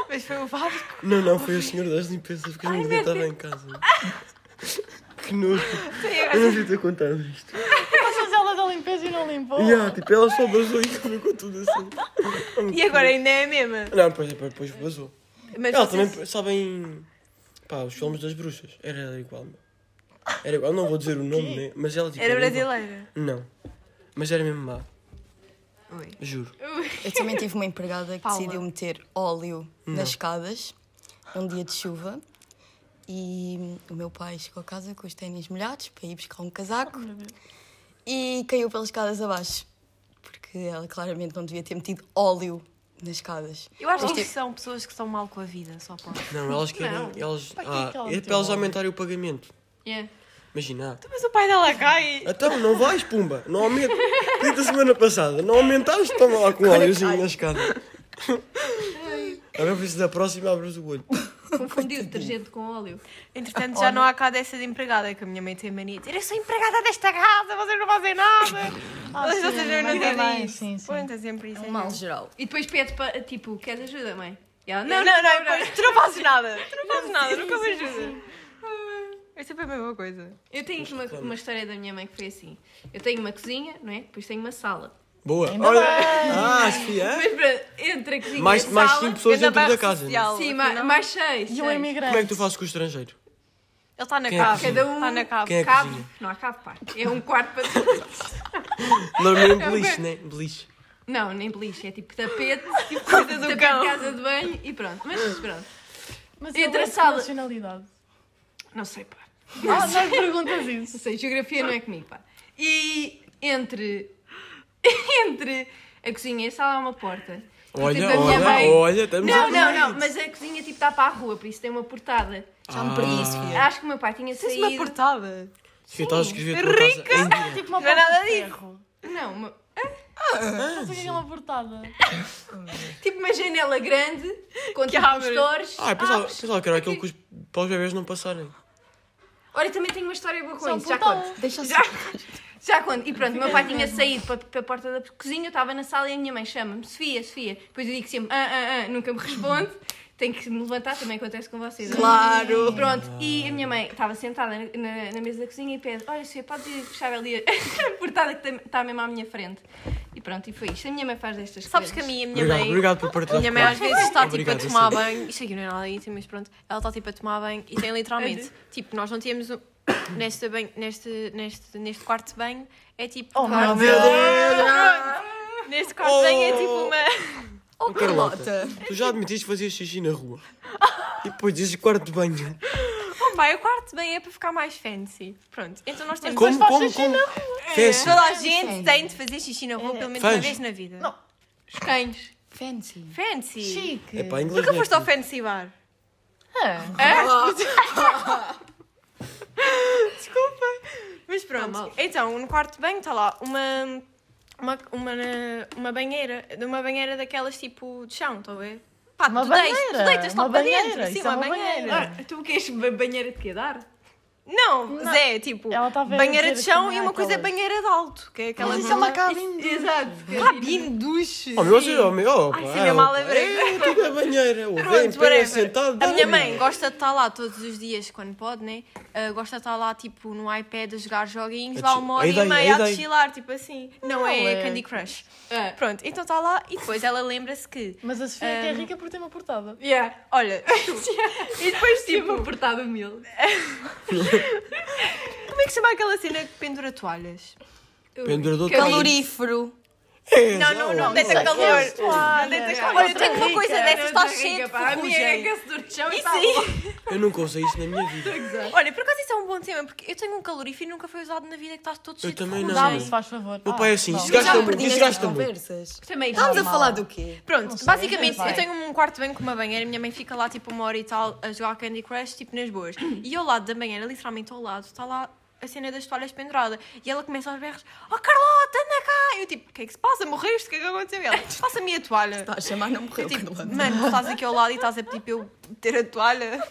S1: Mas foi o Vasco.
S4: Não, não, foi a senhora das limpezas, porque eu não devia estar lá em casa. Que nojo. Eu não devia ter contado isto.
S3: Passas ela é da limpeza e não limpou.
S4: Yeah, tipo, ela só vazou e também com tudo assim.
S1: E agora ainda é a mesma.
S4: Não, depois, depois, depois vazou.
S1: Mas
S4: Ela
S1: vocês-
S4: também, sabem, pá, os filmes das bruxas. Era igual, meu. Era igual, não vou dizer o nome, né? Mas ela, tipo...
S1: Era
S4: igual.
S1: brasileira.
S4: Não. Mas era mesmo má,
S1: Ui.
S4: juro.
S5: Eu também tive uma empregada que
S1: Paula.
S5: decidiu meter óleo nas escadas num dia de chuva e o meu pai chegou a casa com os ténis molhados para ir buscar um casaco e caiu pelas escadas abaixo porque ela claramente não devia ter metido óleo nas escadas.
S1: Eu acho
S5: Mas
S1: que
S5: tipo-
S1: são pessoas que estão mal com a vida, só pode.
S4: Não, elas querem... Elas,
S3: que é
S4: ah,
S3: que ela
S4: é
S3: meteu
S4: para elas
S3: lá?
S4: aumentarem o pagamento.
S2: Yeah.
S4: Imagina. ah,
S1: Mas o pai dela é cai.
S4: Então, não vais, pumba. Não aumenta. Desde a semana passada. Não aumentaste, toma lá com óleozinho na escada. Agora preciso da próxima abres o olho.
S2: Confundiu detergente com óleo.
S1: Entretanto, já não há cá dessa de empregada que a minha mãe tem mania de dizer: Eu sou empregada desta casa, vocês não fazem nada.
S3: Ah,
S1: Mas é
S3: sim,
S1: vocês não
S3: mas
S1: entendem
S3: também,
S1: isso.
S3: sim, sim.
S1: Pois, é sempre isso.
S5: Um mal geral.
S2: E depois pede para, tipo, queres ajuda, mãe? Yeah,
S1: Não, não, não,
S2: não.
S1: pois, tu não fazes nada. Tu não fazes nada, nunca me ajudas. É sempre a mesma coisa.
S2: Eu tenho aqui uma, uma história da minha mãe que foi assim. Eu tenho uma cozinha, não é? Depois tenho uma sala.
S4: Boa.
S3: Ainda
S4: Olha.
S3: bem.
S4: Ah, Sofia.
S2: Mas pronto, entre a cozinha
S4: Mais,
S2: e a
S4: mais
S2: sala...
S4: cinco pessoas
S1: Ainda
S4: dentro da
S1: bairro
S4: casa. né?
S1: social.
S2: Sim, mais,
S1: Afinal,
S2: mais seis.
S3: E
S2: seis.
S3: um imigrante.
S4: Como é que tu fazes com o estrangeiro?
S1: Ele está na
S4: Quem é que
S1: cave.
S4: cozinha?
S2: Cada um...
S1: Está na cave.
S4: Quem é que
S2: cabo.
S4: cozinha?
S2: Não há cabo, pá. É um quarto para todos.
S4: Lembro-me em beliche, né? Beliche.
S2: Não, nem beliche. É tipo tapete, tipo coisa do Hum. tapete,
S1: cão.
S2: casa de banho e pronto. Mas pronto.
S3: Mas
S2: Entre
S3: ele
S2: a
S3: é de que
S2: sala-
S3: nacionalidade.
S2: Não sei, pá.
S3: Ah, não perguntas isso.
S2: Não sei, geografia não é comigo, pá. E entre... entre a cozinha e a sala há uma porta. E,
S4: Olha,
S2: tipo, a minha
S4: olha,
S2: mãe-
S4: olha, estamos
S2: Não,
S4: a-
S2: não, não, mas a cozinha tipo está para a rua, por isso tem uma portada.
S5: Já me perdi, Sofia.
S2: Acho que o meu pai tinha
S1: Tens uma
S2: saído.
S1: portada.
S4: Ah. Sofia, estás a escrever a tua casa em dia.
S3: Tipo uma
S1: Não é
S3: porta
S1: nada
S3: de
S1: disso.
S3: ferro.
S2: Não, uma-
S3: Mas o que é uma portada?
S2: tipo uma janela grande com
S1: Que
S2: tipo
S1: abre.
S2: uns torres.
S4: Ah, pensava,
S2: abres.
S4: pensava que era
S1: Tipo,
S4: aquilo que os, para os bebês não passarem.
S2: Olha, também tenho uma história boa com
S3: Só um
S2: isso, já
S3: portão.
S2: conto.
S5: Deixa
S2: Já, já conto. E pronto, o meu pai tinha saído para, para a porta da cozinha, eu estava na sala e a minha mãe chama-me Sofia, Sofia. Depois eu digo sempre, ah, ah, ah, nunca me responde. Tenho que me levantar, também acontece com vocês. não é?
S5: Claro.
S2: Pronto, e a minha mãe estava sentada na, na- na mesa da cozinha e pede: Olha, Sofia, podes ir puxar ali a a portada que está mesmo à minha frente. E pronto, e foi isto. A minha mãe faz destas
S1: Sabes que a
S2: coisas.
S1: minha, a minha
S4: Obrigado,
S1: mãe.
S4: obrigado por partilhar.
S1: A minha mãe às vezes está tipo a
S4: Obrigado,
S1: tomar
S4: sim.
S1: banho, isto aqui não é nada íntimo, mas pronto, ela está tipo a tomar banho e tem literalmente, tipo, nós não tínhamos um, neste, banho, neste, neste, neste quarto de banho, é tipo.
S3: Oh, meu
S1: quarto-
S3: Deus!
S1: Pronto. Neste quarto de banho é tipo uma.
S5: Oh,
S4: Carlota.
S5: Carlota.
S4: Tu já admitiste que fazias xixi na rua. E depois dizes quarto de banho.
S1: Oh, pai, o quarto de banho é para ficar mais fancy. Pronto, então nós temos.
S4: Como,
S3: faz
S4: como,
S3: xixi
S4: como? Fez.
S1: Toda a gente tem de fazer xixi na rua pelo menos uma
S4: Faz.
S1: vez na vida.
S3: Não.
S2: Os cães.
S5: Fancy.
S1: Fancy!
S3: Chique.
S4: É pá, inglês.
S1: Nunca
S4: não é
S1: foste ao
S4: aquilo.
S1: fancy bar.
S3: Ah,
S1: Desculpa. Mas pronto. então, no quarto de banho está lá uma, uma, uma, uma banheira. De uma banheira daquelas tipo de chão, estão a ver? Pá,
S3: Uma
S1: tu, deitas- tu
S3: banheira,
S1: deitas lá
S3: uma
S1: para
S3: banheira,
S1: dentro. Sim,
S3: isso é
S1: uma
S3: uma
S1: banheira.
S3: banheira.
S2: Ah, tu queres ba- banheira de quê dar?
S1: Não, Zé, tipo,
S3: Ela tá a ver
S1: banheira de
S3: dizer
S1: chão
S3: que
S1: e
S3: não é
S1: uma coisa é
S3: aquelas.
S1: banheira de alto. Que tá é aquela.
S3: mas isso é uma cabine.
S2: Ah, Exato.
S1: Cabine, duche.
S4: Oh, meu, você, oh, meu, oh,
S1: Ai,
S4: pá,
S1: filha,
S4: oh,
S1: mal
S4: pá.
S1: lembrei.
S4: É, tu da banheira. O vem,
S1: Pronto,
S4: pega
S1: whatever.
S4: assim, sentado.
S1: A
S4: dá-lhe.
S1: minha mãe gosta de estar lá todos os dias quando pode, né? Ah, gosta de estar lá, tipo, no iPad a jogar joguinhos,
S4: A
S1: lá
S4: chi-
S1: uma hora
S4: a
S1: e
S4: ideia,
S1: meia
S4: a
S1: a
S4: ideia.
S1: desfilar, tipo assim. Não,
S3: Não,
S1: é,
S3: é-
S1: Candy Crush.
S2: Ah.
S1: Pronto, então está lá e depois ela lembra-se que.
S3: Mas a Sofia é que é
S1: Um,
S3: rica por ter uma portada.
S2: Yeah.
S1: Olha,
S2: E depois tipo uma portada mil.
S1: como é que chama aquela cena que pendura toalhas?
S4: Pendurador de
S2: Calor-
S5: Calorífero.
S4: É,
S1: Não,
S4: já,
S1: não,
S4: oh,
S1: não, deita
S4: oh,
S1: calor.
S3: Olha,
S1: Não deita
S3: olha,
S2: "Ah,
S1: calor.
S3: olha,
S1: Olha, eu tenho uma
S3: rica,
S1: coisa dessas, está
S2: Outra
S1: cheia
S2: rica,
S1: de
S2: pá. é A minha era
S1: ferrugem.
S2: aquecedor de chão e
S1: Isso
S2: tá
S1: aí.
S2: bom.
S4: Eu nunca usei isso na minha vida.
S1: Olha, por acaso isso é um bom tema, porque eu tenho um calorífero e nunca foi usado na vida que estás todo cheio de
S4: também não.
S1: ferrugem.
S3: Dá-me, se faz favor.
S4: Meu
S3: Ah,
S4: pai é assim,
S3: não.
S4: se
S5: Eu já
S4: gasta
S5: me
S4: muito,
S5: perdi
S4: isso
S5: nas
S4: gasta muito.
S5: conversas.
S2: Também
S5: Estamos a
S3: mal.
S5: falar do quê?
S1: Pronto,
S3: Não sei,
S1: basicamente
S3: vai.
S1: eu tenho um quarto de banho com uma banheira, a minha mãe fica lá tipo uma hora e tal a jogar Candy Crush, tipo nas boas. E ao lado da banheira, literalmente ao lado, está lá a cena das toalhas pendurada. E ela começa aos berros: Oh Carlota, anda cá! Eu tipo: O que é que se passa? Morreste? O que é que aconteceu? E Ela: Passa-me a toalha.
S5: Está Tá a chamar, não morreu,
S1: Eu, tipo,
S5: Carlota.
S1: Mano, tu estás aqui ao lado e estás a pedir para eu ter a toalha.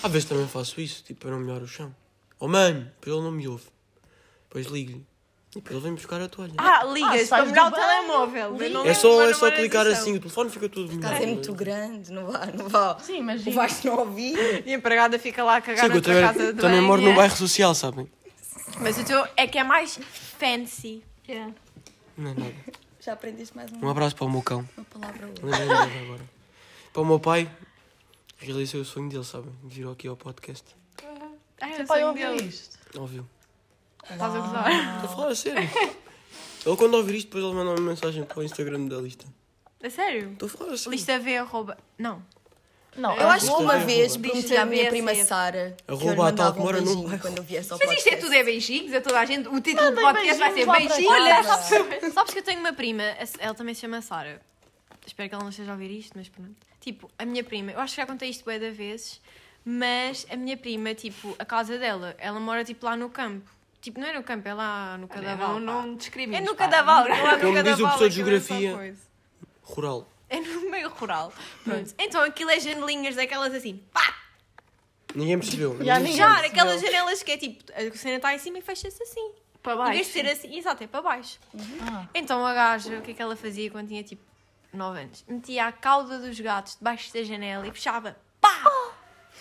S4: Às vezes também faço isso, tipo, eu não melhoro o chão. Oh, mano, depois ele não me ouve. Depois ligo-lhe. E depois ele vem buscar a toalha.
S1: Ah, ligas
S3: Ah,
S1: para
S3: sais
S1: mudar o
S3: do banho,
S1: telemóvel. mas não
S4: é
S1: lembro
S4: só,
S1: agora
S4: é só
S1: uma
S4: clicar
S1: organização.
S4: assim, o telefone fica tudo
S5: A casa é muito grande, não vá, não vá.
S3: Sim,
S5: O
S3: imagina.
S5: Vasco não ouvir.
S1: E a empregada fica lá a cagar
S4: assim. Sim, que
S1: na
S4: eu
S1: tua casa de
S4: também, também
S1: banho,
S4: moro num
S1: é.
S4: bairro social, sabem?
S1: Mas o teu é que é mais fancy.
S2: Yeah.
S4: Não é nada.
S5: Já aprendeste mais uma,
S4: Um abraço para o meu cão.
S5: uma palavra hoje.
S4: Lembrei-me dele agora. Para o meu pai, realizei o sonho dele, sabem? Virou aqui ao podcast.
S1: Ah,
S2: Ai,
S3: Teu
S2: eu
S3: pai
S2: sonho
S3: ouviu
S2: dele.
S3: isto.
S4: Ouviu?
S5: Ah.
S1: Estás a gozar?
S4: Estou a falar a sério. Ele quando ouvir isto, depois ele manda uma mensagem para o Instagram da lista.
S1: A É sério?
S4: Estou a falar a sério.
S1: Lista V arroba. Não.
S3: Não,
S5: Eu acho que uma
S4: Arroba.
S5: vez prometi à minha é
S2: Diz-lhe
S5: prima
S2: BSF.
S5: Sara que eu
S4: Arroba
S5: lhe
S4: a tal
S5: mandava
S4: que
S5: um
S4: mora no
S5: beijinho
S4: bairro.
S5: quando eu viesse ao
S2: Mas isto é
S5: podcast.
S2: tudo é beijinhos a toda a gente. O título do podcast vai ser
S3: beijinhos lá para
S2: beijinhos.
S3: casa.
S2: Olha,
S3: Olha,
S1: Sabes que eu tenho uma prima, a- ela também se chama Sara. Espero que ela não esteja a ouvir isto, mas pronto. Tipo, a minha prima, eu acho que já contei isto bué de vezes, mas a minha prima, tipo, a casa dela, ela mora tipo lá no campo. Tipo, não é no campo, é lá no
S2: não,
S1: Cadaval. pá.
S2: não discrimines.
S1: é no
S2: pá.
S1: Cadaval, não é no
S4: Como diz o
S1: Cadaval.
S4: professor de
S1: aquilo é só
S4: geografia.
S1: coisa.
S4: Rural.
S1: É no meio rural. Pronto. Então aquilo é janelinhas daquelas assim, pá!
S4: Ninguém percebeu.
S3: Já
S4: Ninguém
S1: Já,
S3: percebeu.
S1: aquelas janelas que é tipo, a cena está em cima e fecha-se assim.
S2: Para
S1: Em vez
S2: baixo.
S1: de ser assim, exato, é para baixo.
S3: Ah.
S1: Então a gaja, o que é que ela fazia quando tinha tipo 9 anos, metia a cauda dos gatos debaixo da janela e puxava. Pá!
S2: Ah!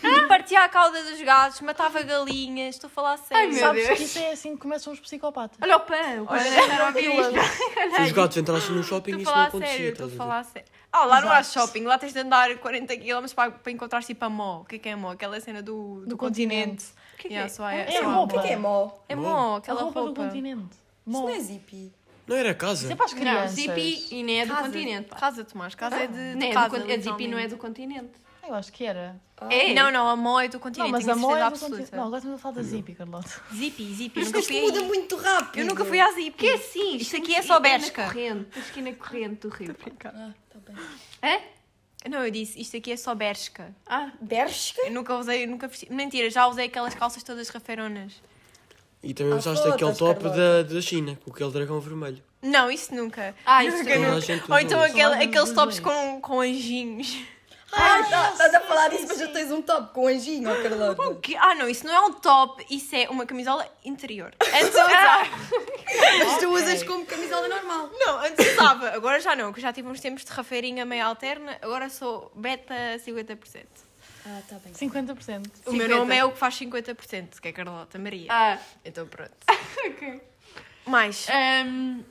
S1: E partia a cauda dos gatos, matava galinhas, estou a falar sério.
S2: meu
S1: Sabe?
S3: Sabes
S2: Deus.
S3: que isso é assim que começam os psicopatas.
S2: Olha o pão. Olha, não ouvi isto.
S4: Se os gatos entrassem no
S1: Estou
S4: shopping,
S1: a
S4: isso não
S1: falar
S4: acontecia.
S1: sério, estou a
S4: estás a ver?
S1: falar sério. Ah, lá não há
S3: Exato.
S1: shopping, lá tens de andar 40 km para, para encontrar tipo a Mó. O que é que é Mó? Aquela cena do, do, continente.
S2: que é que
S1: Yeah,
S2: é?
S1: só é,
S3: É
S1: só há
S5: O que é que é mó?
S1: É mó, aquela
S3: a roupa,
S1: roupa.
S3: do continente.
S5: Isso
S3: Mó.
S5: não é zippy.
S4: Não era casa.
S3: Isso é para as
S2: Não,
S3: crianças.
S2: Zippy e nem é do continente. pá.
S1: Casa, Tomás, casa é de, de
S2: Nem é do
S1: casa,
S2: con- a Zippy não é
S1: literalmente.
S2: do continente.
S3: Ah, Eu acho que era.
S2: É?
S1: Não, não, a Mó é do
S3: Não,
S1: continente,
S3: mas a
S1: tenho
S3: mó é
S1: certeza
S3: do continente.
S1: absoluta.
S3: Não, agora estamos a falar da Zippy, Carlota.
S1: Zippy, Zippy,
S5: Mas
S1: nunca
S5: isto
S1: fui
S5: muda
S1: aí.
S5: muito rápido.
S1: Eu nunca fui à Zippy.
S2: Que é assim? Isto aqui é só Bershka. Estou aqui na corrente do rio.
S5: Ah, tá bem.
S2: É?
S1: Não, eu disse, isto aqui é só Bershka.
S2: Ah,
S5: Bershka?
S1: Eu nunca usei, eu nunca vesti. Mentira, já usei aquelas calças todas rafaronas.
S4: E
S1: ah,
S4: também
S5: Há
S4: usaste aquele
S5: fotos,
S4: top da,
S5: Carlota.
S4: da China, com aquele dragão vermelho.
S1: Não, isso nunca.
S2: Ah, isso
S1: nunca, nunca.
S2: não.
S4: Toda a gente
S1: Ou
S4: usou
S1: então
S4: isso.
S1: aquele-
S3: Falando
S1: aqueles
S3: dos
S1: tops
S3: dois.
S1: com, com anjinhos.
S5: Ah, tá- estás a falar disso, mas já tens um top com anjinho, ó, Carlota.
S1: Que- Ah, não, isso não é um top, isso é uma camisola interior. Antes eu usava.
S5: Mas tu usas como camisola normal.
S1: Não, antes usava, agora já não, que já tive uns tempos de rafeirinha meio alterna, agora sou beta 50%.
S5: Ah, tá bem.
S3: 50%.
S1: O meu
S2: 50.
S1: nome é o que faz 50%, que é Carlota Maria.
S2: Ah,
S1: Então pronto.
S2: Tá ok.
S1: Mais.
S2: Ahm,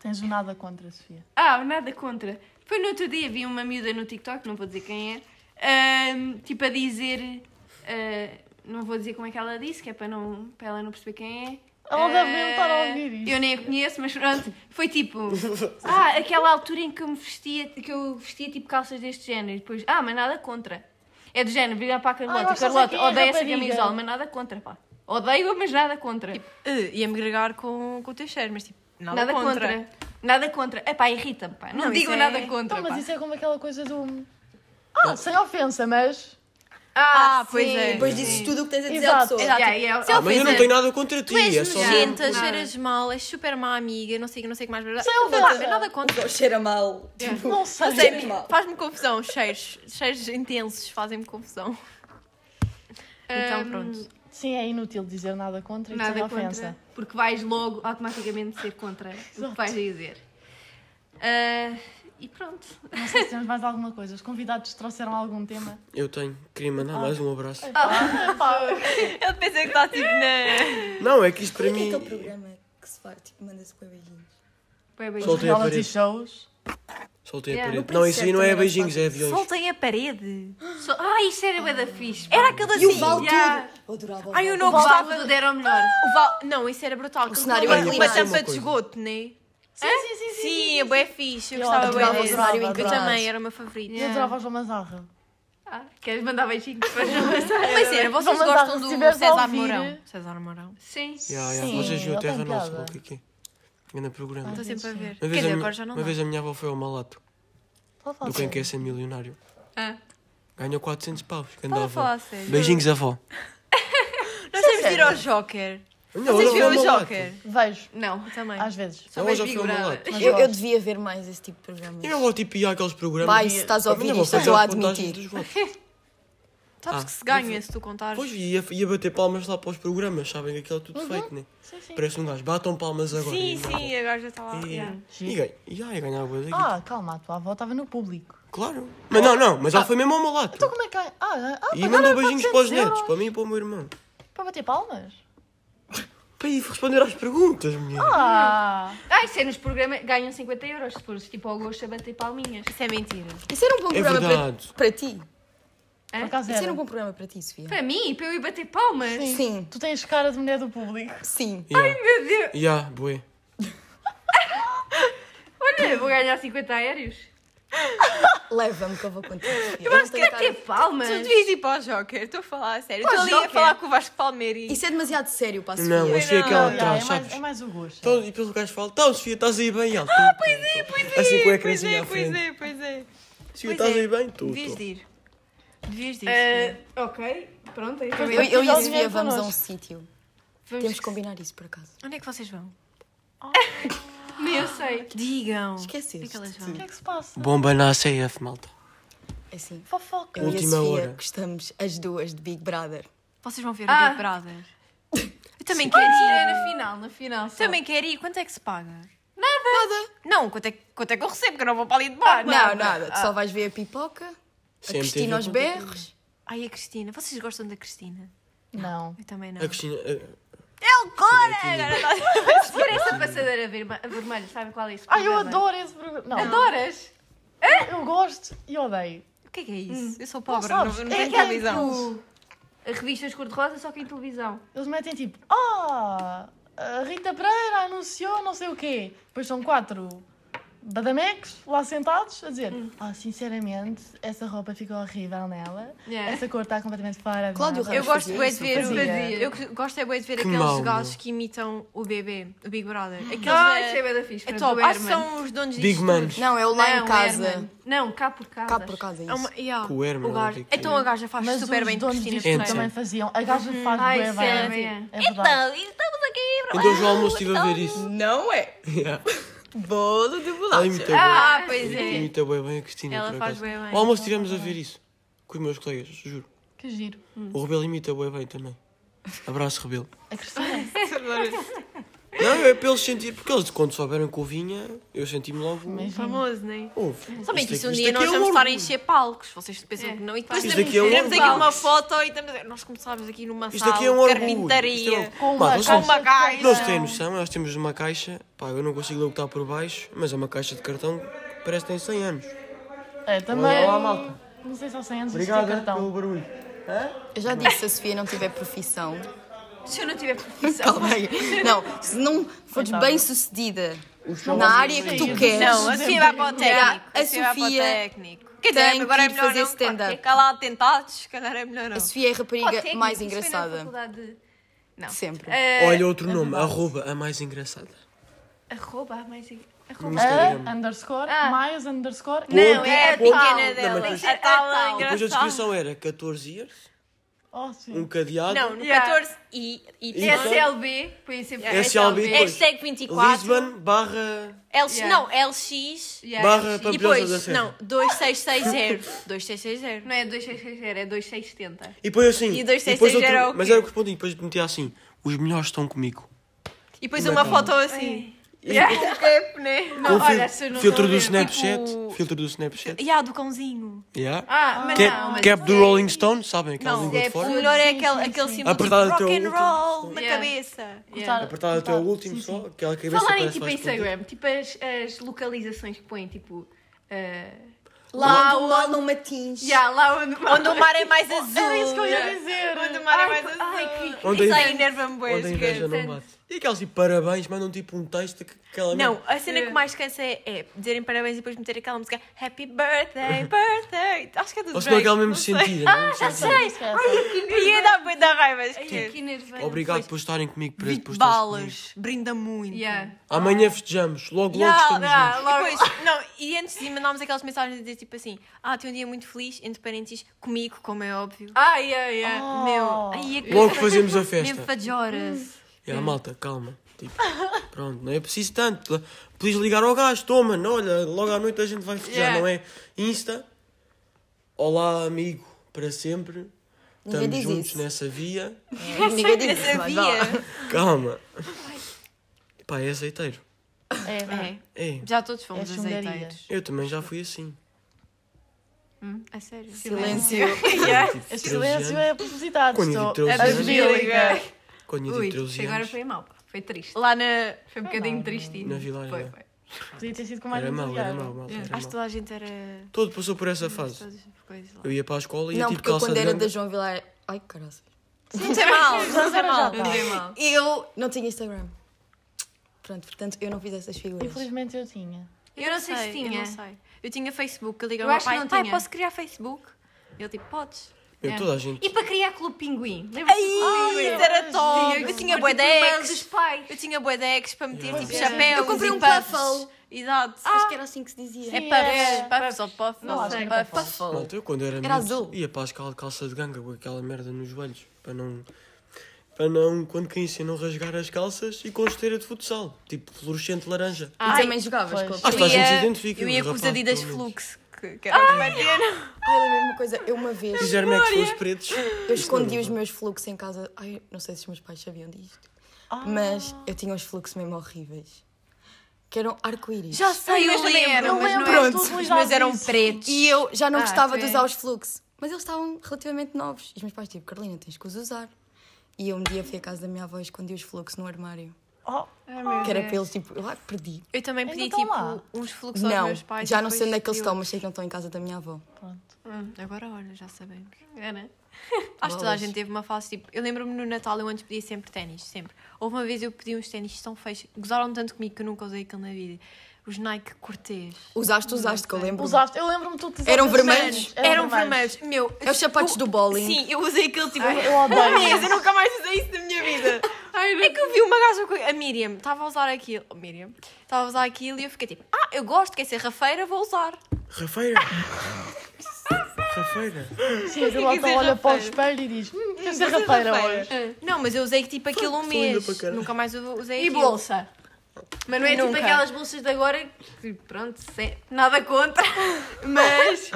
S3: Tens nada contra, Sofia.
S2: ah, nada contra. Foi no outro dia, vi uma miúda no TikTok, não vou dizer quem é, ahm, tipo a dizer. ah, não vou dizer como é que ela disse, que é para, não, para ela não perceber quem é.
S3: Ela deve
S2: Ah,
S3: estar a ouvir isto.
S2: Eu nem a conheço, mas pronto. Foi tipo. Ah, aquela altura em que eu me vestia, que eu vestia tipo calças deste género. E depois, ah, mas nada contra. É do género, virar para a
S3: Ah, eu
S2: Carlota.
S3: acho que eu sei
S2: Carlota,
S3: quem é a
S2: odeio essa
S3: rapariga. Tipo,
S2: camisola, mas nada contra, pá. Odeio-a, mas nada contra.
S1: Eh, Ia-me gregar com, com o teu cheiro, mas tipo, nada,
S2: Nada contra.
S1: contra.
S2: Nada contra. Epá, irrita-me, pá. Não,
S1: Não,
S2: digam
S1: isso é-
S2: nada contra,
S3: Então, mas
S2: pá.
S3: isso é como aquela coisa do. Ah, sem ofensa, mas.
S1: Ah, pois
S2: sim. é,
S1: é.
S5: Depois
S2: Sim.
S5: dizes tudo o que tens a dizer à
S3: Exato.
S5: pessoa.
S1: Exato.
S2: Yeah, yeah.
S1: Se eu
S4: Ah, mas eu não
S1: fizer-
S4: tenho nada contra
S1: Tu
S4: ti.
S1: és
S4: É só...
S1: nojenta,
S2: Nada.
S1: cheiras mal, és super má amiga, não sei, não sei o que mais.
S3: Sem
S1: Pá,
S3: ofensa.
S1: mas nada contra.
S5: Ou cheira mal. Tipo,
S3: Não sei.
S1: Não sei,
S5: Cheiras mal.
S1: faz-me confusão, cheiros, cheiros intensos fazem-me confusão. Então pronto.
S3: Sim, é inútil dizer nada contra e sem
S2: Nada
S3: ofensa.
S2: contra. Porque vais logo automaticamente ser contra o que vais dizer. Ah, e pronto.
S3: Não sei se temos mais alguma coisa. Os convidados trouxeram algum tema.
S4: Eu tenho. Queria
S1: Ah.
S4: mandar mais um abraço.
S1: Eu pensei que está tipo na.
S4: Não, é que isto para
S5: Como é que é
S4: mim...
S5: aquele programa que se faz, tipo, manda-se com beijinhos?
S2: Bem, bem.
S4: Soltei a
S3: Reality
S4: parede.
S3: shows.
S4: Soltei a
S2: Yeah.
S4: parede.
S5: No
S4: Não, isso aí não é
S5: Princesa
S4: beijinhos, é
S5: também
S4: aviões.
S1: Soltem a parede.
S2: So- Ah, isso era bué da fixe. pá.
S1: Era aquele assim.
S5: E o Val
S2: yeah.
S5: tudo. Eu adorava o
S1: Ai, eu
S5: Val.
S1: não
S2: O Gustavo
S1: gostava.
S2: deram melhor.
S1: O Val... Não, isso era brutal. O
S5: cenário
S1: uma,
S5: era
S1: uma
S5: lindo.
S1: tampa
S4: Uma
S1: de
S4: coisa.
S1: esgoto, né?
S3: Sim, sim, sim. sim, sim.
S1: Sim, é bué fixe. Eu
S3: Eu
S1: gostava
S3: adorava
S1: bué
S3: o
S1: desse.
S3: cenário em
S1: Eu
S5: Brás.
S1: também, era o meu favorito.
S3: Eu adorava a João Mazarra.
S2: Ah, queres mandar beijinhos para João?
S1: Uma cena, vocês
S3: Vamos lá,
S1: gostam
S3: se
S1: do
S3: tiveres a
S1: César
S3: ouvir-
S1: Mourão? César Mourão.
S2: Sim.
S4: Yeah, yeah.
S3: Sim,
S4: Vocês viram
S3: ele tem
S4: Terra Nossa,
S3: piada.
S4: ou o que é que é? Grande programa.
S1: Estou sempre a ver. Então, Quer
S4: Uma vez,
S1: dizer,
S4: a,
S1: agora
S4: minha,
S1: já não
S4: uma
S1: dá. Oh,
S4: vez a minha avó foi ao Malato,
S3: Fala, fala,
S4: do é Quem
S3: sério.
S4: Quer Ser Milionário.
S2: Ah.
S4: Ganhou 400 paus. grande
S1: Estava a
S4: avó.
S1: falar sério.
S4: Beijinhos, avó.
S1: Nós temos de ir ao Joker.
S4: Não,
S1: Vocês
S4: ela foi
S1: viram
S4: ao
S1: o
S4: Malato.
S1: Joker?
S3: Vejo,
S2: Não.
S1: Eu também.
S3: às vezes.
S2: Só
S4: Ela já
S2: bem
S4: foi ao
S2: figurada.
S4: Malato.
S3: Mas
S5: Eu, eu
S3: gosto.
S5: devia ver mais esse tipo de programas.
S4: Eu não vou tipo ir àqueles programas.
S5: Pai, se estás a ouvir
S4: Minha avó
S5: isto, eu
S4: fazia
S5: estou a
S4: a contagem
S5: admitir.
S4: dos votos.
S1: Sabes
S4: Ah,
S1: que se
S4: não
S1: ganha se tu contares.
S4: Pois ia, ia bater palmas lá para os programas, sabem? Aquilo é tudo feito, né?
S3: Sim, sim.
S4: Parece um gajo. Batam palmas agora.
S1: Uhum. Sim,
S4: E-
S1: sim, agora já está lá.
S4: E,
S1: yeah.
S4: e, ganha- e ai, ganhava boa daqui.
S3: Ah, calma, a tua avó estava no público.
S4: Claro. Mas não, não, mas ela foi mesmo ao Malato.
S3: Então como é que... Ah, ah, ah
S4: E
S3: pagaram
S4: mandou beijinhos para os
S3: 400
S4: netos,
S3: euros
S4: para mim e para o meu irmão.
S3: Para bater palmas?
S4: Para ir responder às perguntas, mulher.
S3: Ah!
S2: Ah, isso é nos programas. Ganham 50 euros se fores tipo ao gosto a bater palminhas.
S1: Isso é mentira.
S5: Isso era um bom
S4: É
S5: programa
S4: verdade.
S5: para, para ti.
S3: Por acaso
S5: Isso era
S3: era.
S5: um bom programa para ti, Sofia.
S2: Para mim, para eu ir bater palmas.
S3: Sim.
S5: Sim.
S3: Tu tens cara de mulher do público.
S5: Sim.
S4: Yeah.
S2: Meu Deus.
S4: Yeah, bué.
S2: Olha, vou ganhar 50 aéreos.
S5: Leva-me que eu vou contigo. Sofia. Eu não tenho cara-
S2: Bater palmas.
S1: Tu devias ir para o Joker, estou a falar a sério.
S2: Para
S1: Estou
S2: o
S1: ali a
S2: Joker?
S1: falar com o Vasco Palmeiri.
S5: Isso é demasiado sério para a Sofia.
S4: Não, achei aquela
S3: Ah,
S4: que ela
S3: é, mais,
S4: sabes?
S3: é mais o gosto.
S4: Então, e depois o gajo fala, tá, Sofia, estás aí bem? E ela, ah, pois é, pois é. Assim com a
S1: Pois
S4: criancinha
S1: é,
S4: à
S1: pois
S4: frente.
S1: é, pois é.
S4: Sofia,
S1: Pois
S4: estás
S1: é.
S4: aí bem? Tu,
S1: Devias de
S4: tu.
S1: ir. Devias de ir.
S2: Ah,
S1: Sofia.
S2: ok, pronto. aí
S5: Eu,
S2: também.
S5: eu e a
S3: Vamos
S5: Sofia
S3: connosco.
S5: vamos a um sítio.
S2: Vamos-
S5: Temos que combinar isso, por acaso.
S1: Onde é que vocês vão?
S2: Nem eu sei.
S1: Digam.
S5: Esqueceste.
S1: Onde é que elas
S3: O
S1: vão?
S3: que é que se passa?
S4: Bomba na ACF, malta.
S5: É assim.
S3: Fofoca.
S5: Eu e
S4: Última
S5: a Sofia
S4: hora.
S5: gostamos as duas de Big Brother.
S1: Vocês vão ver
S2: Ah.
S1: o Big Brother. Eu também quero ir.
S2: na final, na final.
S1: Também quero ir. Quanto é que se paga?
S2: Nada,
S5: Nada.
S1: Não, quanto é, que- quanto é que eu recebo? Que eu não vou para ali de bar.
S5: Não, nada. Tu só vais ver a pipoca, a
S4: Sempre teve
S5: Cristina aos berros.
S1: Ai, a Cristina. Vocês gostam da Cristina?
S3: Não.
S1: Eu também não.
S4: A Cristina. eh, a-
S2: Se for essa passadeira verma- vermelha, sabem qual é isso?
S3: Ai, eu adoro esse programa. Não,
S2: Adoras?
S3: eu gosto e odeio.
S1: O que é que é isso? Eu sou
S3: Não
S1: pobre, não,
S3: sabes?
S1: não,
S3: É
S1: tenho
S3: que
S1: televisão.
S3: eles-
S2: A revistas cor-de-rosa, só que em televisão.
S3: Eles metem tipo, ah, a Rita Pereira anunciou não sei o quê. Depois são quatro badamecos lá sentados a dizer,
S1: Hum.
S3: ah, sinceramente, essa roupa ficou horrível nela.
S2: Yeah.
S3: Essa cor está completamente fora. de
S5: Cláudio
S3: moda."
S1: Eu
S5: Ramos
S1: gosto
S5: fazia
S1: bué de
S5: isso,
S1: ver.
S5: não
S1: o-
S3: fazia?
S1: Eu que- gosto é bué de ver
S4: Que
S1: aqueles
S4: mau,
S1: gajos
S4: meu.
S1: que imitam o bebê, o Big Brother. Aqueles.
S2: Ah,
S1: da-
S2: isso é bem da fixe.
S1: é
S2: pronto,
S1: top.
S2: o
S1: Acho que
S2: Herman.
S1: são os donos disto.
S4: Big
S1: tudo.
S4: Manos.
S5: Não, é o lá em
S2: o
S5: casa.
S2: um Herman. Não, cá por casa.
S5: Cá por casa é
S1: É uma,
S5: isso.
S1: yeah.
S4: Com o Herman,
S1: O gajo-
S4: não sei o quê.
S1: Então a gaja faz
S3: Mas
S1: super
S3: os
S1: bem de
S3: donos
S1: Cristina
S3: disto
S1: Ferreira.
S4: Então.
S1: Uhum.
S3: também faziam. A gaja faz
S2: Ai,
S3: bué bem.
S2: sério?
S3: É
S1: Então.
S3: verdade.
S1: estamos aqui
S4: Ainda hoje ao almoço Então, estive a ver isso.
S5: Não é.
S4: Yeah.
S5: Bolo de
S4: Ela
S5: bolacha.
S4: imita bué.
S1: Ah, pois é.
S4: Imita bué bem a Cristina.
S1: Ela
S4: por
S1: faz
S4: acaso.
S1: bué bem.
S4: Ao almoço estivemos a ver isso. Com os meus colegas, juro.
S3: Que giro.
S4: O Rebelo imita bué bem também. Abraço, Rebelo.
S3: A Cristina. É,
S4: Não, é para eles sentir, porque eles quando souberam que eu vinha, eu senti-me logo.
S3: Mas-
S1: Famoso, não é?
S4: Ouve.
S1: Somente
S4: isto
S1: isso, um
S4: aqui-
S1: dia
S4: isto
S1: nós
S4: aqui é um
S1: vamos estar a
S4: orgulho.
S1: encher palcos. Vocês pensam
S2: É.
S1: que não. E depois
S4: Isto
S1: temos,
S4: aqui é um
S1: tiramos aqui
S4: orgulho.
S1: uma foto e estamos... Nós começámos aqui numa
S4: Isto
S1: sala
S4: aqui é um
S1: de
S4: orgulho. Isto é
S1: carpintaria.
S4: um-
S3: Com uma
S4: Pá,
S3: caixa.
S4: vocês-
S1: Com uma
S3: de
S1: caixa.
S4: Não se
S3: cartão.
S4: têm noção, nós temos uma caixa, pá, eu não consigo ler o que está por baixo, mas é uma caixa de cartão que parece que tem 100 anos.
S3: É, também.
S4: Olá, malta.
S3: Não sei se aos 100 anos existia cartão.
S4: barulho.
S5: Eu já disse, se a Sofia não tiver profissão.
S2: Se eu não tiver profissão.
S5: Calma aí. Não, se não fores
S3: Coitada.
S5: bem sucedida na área que tu
S4: é
S5: queres.
S4: um
S1: Não, a Sofia assim vai para o técnico.
S5: A
S1: Sofia vai para o
S5: Sofia
S1: técnico. Quer
S5: tem
S1: dizer, agora
S5: que
S1: é
S5: ir
S1: melhor
S5: fazer
S1: não.
S5: stand-up.
S1: Fica lá tentados, se calhar é melhor não.
S5: A Sofia é a
S2: Pô,
S5: rapariga
S2: técnico,
S5: mais
S2: isso foi na
S5: engraçada.
S2: faculdade. Não.
S5: Sempre.
S2: Eh,
S1: É,
S4: Olha outro nome, arroba, a mais engraçada.
S2: Arroba a mais. Arroba.
S4: No
S3: A
S4: Instagram.
S3: underscore,
S2: Ah.
S3: mais underscore.
S2: Não, é a
S4: Ponto, ponto.
S2: pequena
S4: Não,
S2: dela.
S4: mas-
S2: É tal.
S4: Depois a descrição era 14 years,
S3: Oh, sim.
S4: um cadeado,
S1: Não, é no
S2: Yeah.
S1: 14 e... e
S4: E-
S2: É
S4: então é
S1: essa-
S2: SLB, põe sempre
S4: Yeah.
S1: é
S4: SLB, pois.
S1: Hashtag 24.
S4: Lisbon barra,
S1: LX,
S2: Yeah.
S1: Não, LX.
S2: Yeah,
S4: barra
S2: LX.
S1: E
S4: para- Maravilhosa
S1: depois,
S4: da Serra.
S1: não, 2660. 2660.
S2: Não é 2660, é 2670.
S4: e depois assim,
S1: E dois seis
S4: depois
S1: seis era o
S4: mas
S1: quê?
S4: era o que respondi, depois metia assim, os melhores estão comigo.
S1: E depois uma foto assim.
S2: Yeah. né?
S4: Com
S2: Não,
S4: fil-
S2: olha, se eu não estou
S4: filtro do
S2: a ver.
S4: Snapchat,
S1: tipo-
S4: filtro do Snapchat,
S1: E a do cãozinho.
S4: yeah.
S2: Ah, mas não,
S4: Cap,
S2: mas
S4: cap
S2: isso
S4: do
S2: é-
S4: Rolling Stone, sabem? Aquela
S1: Não,
S4: língua de
S2: é
S1: o
S4: fora.
S1: melhor é
S3: Sim,
S1: aquele,
S3: sim,
S1: aquele
S3: sim.
S1: símbolo de
S4: Apertado até
S1: rock
S4: o
S1: and
S4: último.
S1: roll na
S2: Yeah.
S1: cabeça.
S2: Yeah.
S4: Apertado até o último só, aquela cabeça
S2: Falar em
S4: parece
S2: tipo
S4: mais comprida.
S2: Instagram, tipo as, as localizações que põem, tipo. Uh,
S5: Lá o mal não me atinge.
S2: yeah, lá onde,
S1: Onde o mar é mais azul.
S3: Era isso que eu ia dizer.
S1: Onde o mar é mais
S2: Ai,
S1: azul.
S2: ai, que-
S4: Onde a
S1: Isso aí
S4: inveja-
S1: enerva-me bué,
S4: Onde a
S1: esquece.
S4: inveja não bate. E aqueles tipo parabéns, mandam tipo um texto que aquela
S1: Não,
S4: merda-
S1: a cena que mais cansa é, é dizerem parabéns e depois meter aquela música Happy Birthday, Birthday. Acho que é do
S4: Ou se não
S1: Drake.
S4: aquele mesmo
S1: não sei.
S4: sentido. é o mesmo sentido.
S1: E ia dar muito da raiva. é.
S2: Ai,
S1: esquece.
S2: que nervoso.
S4: Obrigado por estarem comigo, preto,
S1: Vinte
S4: por estarem
S1: balas, brinda muito.
S2: Yeah.
S4: comigo. Amanhã festejamos, logo logo
S1: Yeah,
S4: Um estamos
S1: yeah,
S4: juntos.
S1: logo- Depois, não, e antes de mandarmos aquelas mensagens a dizer tipo assim: Ah, tem um dia muito feliz, entre parênteses, comigo, como é óbvio.
S2: Ah, yeah, yeah.
S3: Oh.
S1: Meu, aí é que
S4: Logo fazemos a
S1: mesmo
S4: festa.
S1: fajoras.
S4: E a malta, calma. Tipo, pronto, não é preciso tanto. Podes ligar ao gajo, toma, não, olha, logo à noite a gente vai festejar,
S2: Yeah.
S4: não é? Insta, olá amigo, para sempre.
S5: Ninguém
S4: Estamos
S5: diz
S4: juntos
S5: isso.
S4: nessa via.
S5: Ninguém diz isso, mas vá lá.
S1: Sabia.
S4: Calma. Pá, é azeiteiro.
S3: É.
S1: É,
S4: É,
S1: já todos fomos
S3: É chungaria.
S1: azeiteiros.
S4: eu também já fui assim.
S1: É sério.
S5: Silêncio.
S4: Tipo,
S3: Este
S4: 13
S3: silêncio
S4: anos.
S3: é propositado.
S4: Quando
S3: Estou
S4: eu
S2: trouxe-
S3: angélica.
S4: Quando eu
S2: Ui,
S4: tinha 13
S2: agora
S4: anos,
S2: foi mal, pá. foi triste.
S1: Lá na.
S2: Foi um bocadinho triste.
S4: na Vila
S2: Foi,
S4: Areia.
S2: foi.
S3: Podia ter sido com mais
S4: era mau, era
S3: entusiasmo.
S4: mau, malta, era
S1: Acho que
S4: mau.
S1: toda a gente era.
S4: Todo passou por essa fase.
S1: todas as coisas lá.
S4: Eu ia para a escola e ia
S5: Não,
S4: tipo
S5: porque eu
S4: calça
S5: quando
S4: de
S5: era da
S4: ganga.
S5: João Vilar. Ai, caralho.
S1: Não tem mal, não tem
S3: agora
S1: mal.
S3: já tá.
S2: Não dei mal.
S5: Eu não tinha Instagram. Pronto, portanto, eu não fiz essas figuras.
S3: Infelizmente eu tinha.
S2: Eu não sei se
S1: Eu
S2: tinha.
S1: não sei. Eu tinha Facebook, eu liguei
S2: Eu
S1: ao meu
S2: acho que
S1: pai.
S2: não
S1: Pai,
S2: tinha."
S1: posso criar Facebook? Ele tipo, podes.
S4: Eu, toda a gente.
S2: E para criar Clube Pinguim? Lembra-se do Clube
S1: Ai,
S2: Pinguim?
S1: isso era top.
S2: que
S1: Eu tinha
S2: partir
S1: bué
S2: do e-mail
S1: decks.
S2: dos pais.
S1: Eu tinha bué decks para meter
S4: Yeah.
S1: tipo
S2: Yeah.
S1: chapéus
S5: Eu comprei
S1: e
S5: um
S1: puffs.
S5: puffle.
S1: Exato.
S5: Acho que era assim que se dizia.
S1: É
S3: Sim,
S1: puffs,
S3: é.
S1: puffs ou puff,
S3: Não,
S1: não
S3: acho
S1: sei.
S3: que era
S1: Puff.
S3: puff.
S4: Malta, então eu quando era,
S5: Era
S4: miúdo,
S5: azul.
S4: ia para a escola de calça de ganga com aquela merda nos joelhos. Para não... Para não, quando caísse, não rasgar as calças e com esteira de futsal. Tipo, fluorescente laranja.
S1: Ah,
S5: E também jogavas
S3: pois.
S5: com a
S4: Acho que a
S1: Eu ia-
S4: gente se identifica.
S1: Eu ia
S4: mas,
S1: com os
S4: rapaz,
S1: Adidas
S4: pelo menos.
S1: Flux. que- que era uma maneira.
S5: Ai, lembrei-me uma coisa. Eu uma vez,
S4: Os Air Max é foram os pretos. é
S5: eu escondi os meus fluxos em casa. Ah. Ai, não sei se os meus pais sabiam disto. Mas eu tinha uns fluxos mesmo horríveis. que eram arco-íris.
S1: Já sei,
S2: eu
S1: mas também
S2: lembro,
S1: eram,
S2: eu
S1: mas não
S3: lembro,
S1: eram
S3: tu
S1: todos,
S3: lembras
S1: mas eram
S3: disso.
S1: pretos.
S5: E eu já não
S2: Ah,
S5: gostava
S2: tu
S5: de
S2: é.
S5: usar os fluxos. Mas eles estavam relativamente novos. E os meus pais, tipo, Carolina, tens que os usar. E eu um dia fui à casa da minha avó e escondi os fluxos no armário.
S3: Oh,
S5: que
S1: Uhum.
S5: era para eles, tipo, eu ah, perdi.
S1: Eu também
S3: Ainda
S1: pedi,
S3: estão
S1: tipo,
S3: lá.
S1: uns fluxos aos
S5: Não,
S1: meus pais.
S5: já
S1: e
S5: não sei
S1: depois
S5: onde é que eles
S1: eu-
S5: estão, mas sei que não estão em casa da minha avó.
S3: pronto.
S1: Hum, agora olha, já sabemos.
S2: É, né?
S1: Acho que toda a
S5: Bolas.
S1: gente teve uma fase, tipo, eu lembro-me no Natal eu antes pedia sempre ténis, sempre. Houve uma vez eu pedi uns ténis tão feios, gozaram tanto comigo que eu nunca usei aquilo na vida. Os Nike Cortez.
S5: Usaste, usaste, que eu lembro.
S3: Oh, Usaste, eu lembro-me tu usaste
S5: Eram
S3: esses
S5: vermelhos?
S3: ténis.
S1: Eram vermelhos. Meu,
S5: É os sapatos
S1: eu-
S5: do bowling.
S1: Sim, eu usei aquilo tipo.
S3: Ai, eu odeio.
S1: um mês, eu nunca mais usei isso na minha vida. é que eu vi uma gaja com. A Miriam estava a usar aquilo. oh, Miriam estava a usar aquilo e eu fiquei tipo, ah, eu gosto, quer ser rafeira, vou usar.
S4: Rafeira! Rafeira!
S3: Sim,
S1: quer
S3: a
S1: dizer
S3: Carlota olha para o
S1: rapeiro.
S3: espelho e diz: hum, quer ser
S1: é
S3: rapeira hoje.
S1: Não, mas eu usei tipo aquilo um
S4: que linda
S1: mês.
S4: para caralho.
S1: Nunca mais u- usei
S2: E
S1: aquilo.
S2: bolsa. Mas não é tipo
S1: Nunca.
S2: aquelas bolsas de agora que, Tipo, pronto, sem- nada contra, mas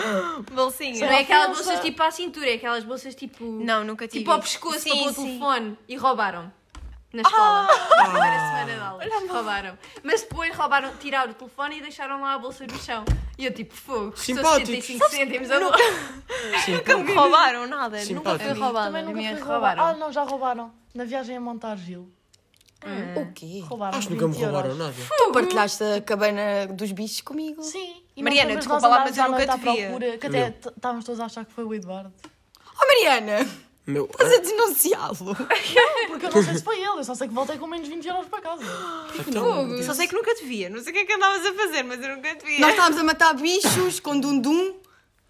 S1: Bolsinha.
S2: não é aquelas
S3: Afonso.
S2: bolsas tipo à cintura, é aquelas bolsas tipo.
S1: Não, nunca tive.
S2: Tipo ao
S1: isso.
S2: pescoço
S1: Sim,
S2: para pôr o
S1: sim. Ah!
S2: telefone e roubaram. Na escola. Primeira semana de aulas. Roubaram. Mas depois roubaram, tiraram o telefone e deixaram lá a bolsa no chão. E eu tipo, fogo, custou
S4: Simpáticos.
S2: 75 cêntimos a bolsa.
S4: Ah,
S1: Nunca
S4: então,
S1: me roubaram nada. Nunca
S4: Simpático.
S1: fui roubada.
S3: Também nunca
S2: minha
S3: fui
S2: roubaram.
S3: roubaram. Ah, não, já roubaram. Na viagem a Montargil.
S5: O quê?
S3: Roubaram.
S4: Acho que nunca me
S3: 20 euros.
S4: roubaram nada.
S5: Tu partilhaste a cabana dos bichos comigo.
S3: Sim. E
S1: Mariana,
S3: nós lembras
S1: desculpa
S3: nós
S1: lá, mas eu
S3: andarmos à
S1: nunca te
S3: noite à
S1: via.
S3: procura, Que até t- estávamos todos a achar que foi o Eduardo.
S5: Oh, Mariana,
S4: Meu, ah,
S5: estás a denunciá-lo.
S3: Porque eu não sei se foi ele, eu só sei que voltei com menos 20 euros para casa.
S4: então,
S1: Só sei que nunca te via. Não sei o que é que andavas a fazer, mas eu nunca te via.
S5: Nós estávamos a matar bichos com dundum.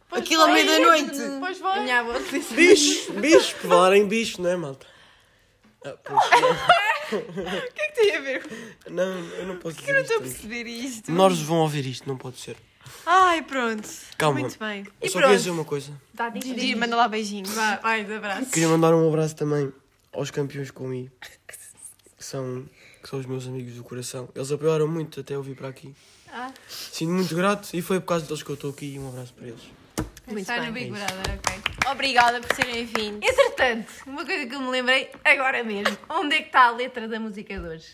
S3: Pois
S5: Aquilo à
S3: foi.
S5: meia-da-noite.
S3: Pois foi.
S2: Minha avó disse.
S4: bicho, bicho, por falar em bicho, não é, malta? Ah, pois,
S1: O que é que tem a ver?
S4: não, eu não posso
S1: Eu não
S4: dizer
S1: estou a
S4: isto.
S1: perceber isto.
S4: Nós vão ouvir isto, não pode ser.
S1: Ai, pronto.
S4: Calma.
S1: Muito bem.
S4: Eu
S1: E
S4: só queria
S1: pronto.
S4: dizer uma coisa.
S2: Tá, diz, diz.
S1: Diz, manda lá beijinhos.
S2: Vá, vai, de abraço.
S4: Queria mandar um abraço também aos campeões com I, que são, que são os meus amigos do coração. Eles apoiaram muito até eu vir para aqui.
S2: Ah.
S4: Sinto muito grato e foi por causa deles que eu estou aqui e um abraço para eles.
S1: Muito
S2: Está no
S1: bem.
S2: Big Brother, ok.
S1: Obrigada por serem vindos.
S2: Entretanto, uma coisa que eu me lembrei agora mesmo. Onde é que está a letra da música de hoje?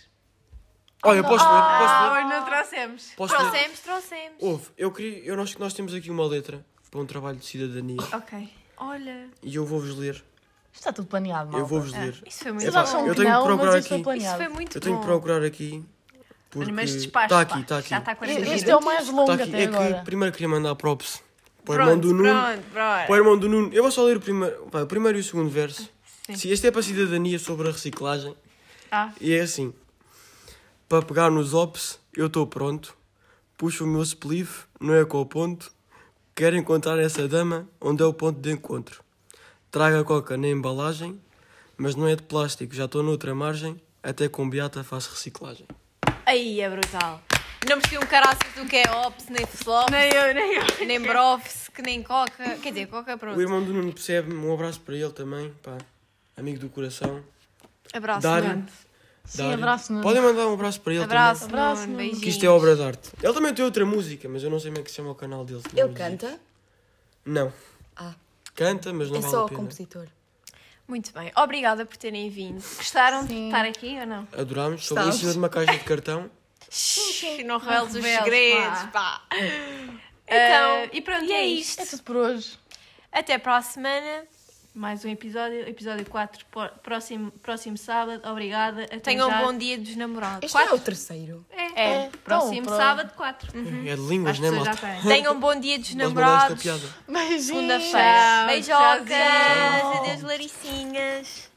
S4: Olha, posso ler? Posso
S2: Ah,
S4: ler?
S2: hoje não trouxemos.
S4: Posso ler?
S1: Trouxemos, trouxemos.
S4: Ouve, eu queria. Eu, nós, nós temos aqui uma letra para um trabalho de cidadania
S1: Ok. Olha,
S4: e eu vou-vos ler.
S3: Isto Está tudo planeado, malta.
S4: Eu vou-vos ler.
S1: isso foi muito
S4: É
S3: Vocês
S4: pá,
S1: bom.
S3: acham
S4: eu
S3: que
S4: tenho que
S3: não,
S4: procurar
S3: mas isto foi
S4: aqui.
S1: Isso
S3: planeado.
S1: foi muito
S4: Eu tenho que
S1: bom.
S4: procurar aqui. Porque...
S2: Olha, mas despacho.
S4: Está aqui,
S2: pá.
S4: está aqui.
S2: Já está a 40
S3: E-
S2: minutos.
S3: Este é o mais longo
S4: Tá aqui.
S3: até
S4: É
S3: agora.
S4: que primeiro queria mandar props para o irmão
S1: Pronto,
S4: do Nuno.
S1: pronto, pronto.
S4: Para o irmão do Nuno. Eu vou só ler o primeiro, vai, o primeiro e o segundo verso. Sim, este é para a cidadania sobre a reciclagem.
S2: Ah.
S4: E é assim: para pegar nos ops, eu estou pronto. Puxo o meu spliff, não é com o ponto. Quero encontrar essa dama onde é o ponto de encontro. Traga a coca na embalagem, mas não é de plástico, já estou noutra margem. Até com beata faço reciclagem.
S1: Aí é brutal. Não percebi um caraças do que é Ops, nem Flop,
S2: Nem eu, nem eu.
S1: nem Brofsk, nem Coca. Quer dizer, Coca,
S4: O
S1: pronto.
S4: irmão do Nuno percebe, um abraço para ele também, pá. Amigo do coração.
S1: Abraço,
S4: Dar-lhe.
S1: Nuno.
S3: Sim, abraço Nuno.
S4: Podem mandar um abraço para ele
S1: Abraço,
S4: também.
S3: Abraço,
S1: Nuno.
S3: Nuno.
S1: Beijinhos.
S4: Que isto é obra de arte. Ele também tem outra música, mas eu não sei como é que se chama o canal dele. não
S5: Ele
S4: me diz.
S5: canta.
S4: Não.
S5: Ah,
S4: Canta, mas não
S5: é
S4: vale
S5: só
S4: a
S5: o
S4: pena.
S5: compositor.
S1: Muito bem. Obrigada por terem vindo.
S2: Gostaram de
S3: Sim.
S2: estar aqui ou não?
S4: Adorámos. Estou em
S5: Sabes?
S4: cima de uma caixa de cartão.
S1: Shhh, Não reveles os
S2: reveles,
S1: segredos, pá.
S2: Então,
S1: Ah,
S2: e pronto,
S1: e
S2: é
S1: é
S2: isto.
S3: É tudo por hoje.
S1: Até para a semana.
S2: Mais um episódio, episódio 4, po- próximo, próximo sábado. Obrigada. Até
S1: Tenham
S2: já.
S1: um bom dia dos namorados.
S5: Este é o terceiro.
S2: É,
S3: É,
S2: próximo
S3: então,
S2: sábado 4.
S5: Uhum.
S4: É de
S2: As
S4: línguas, né,
S2: pessoas já
S4: malta?
S2: têm.
S1: Tenham um bom dia dos
S4: Nós mandámos esta
S1: namorados.
S4: piada.
S3: Beijinhos.
S1: Segunda-feira.
S2: Tchau,
S1: Beijocas.
S2: tchauzinho.
S1: Adeus, Laricinhas.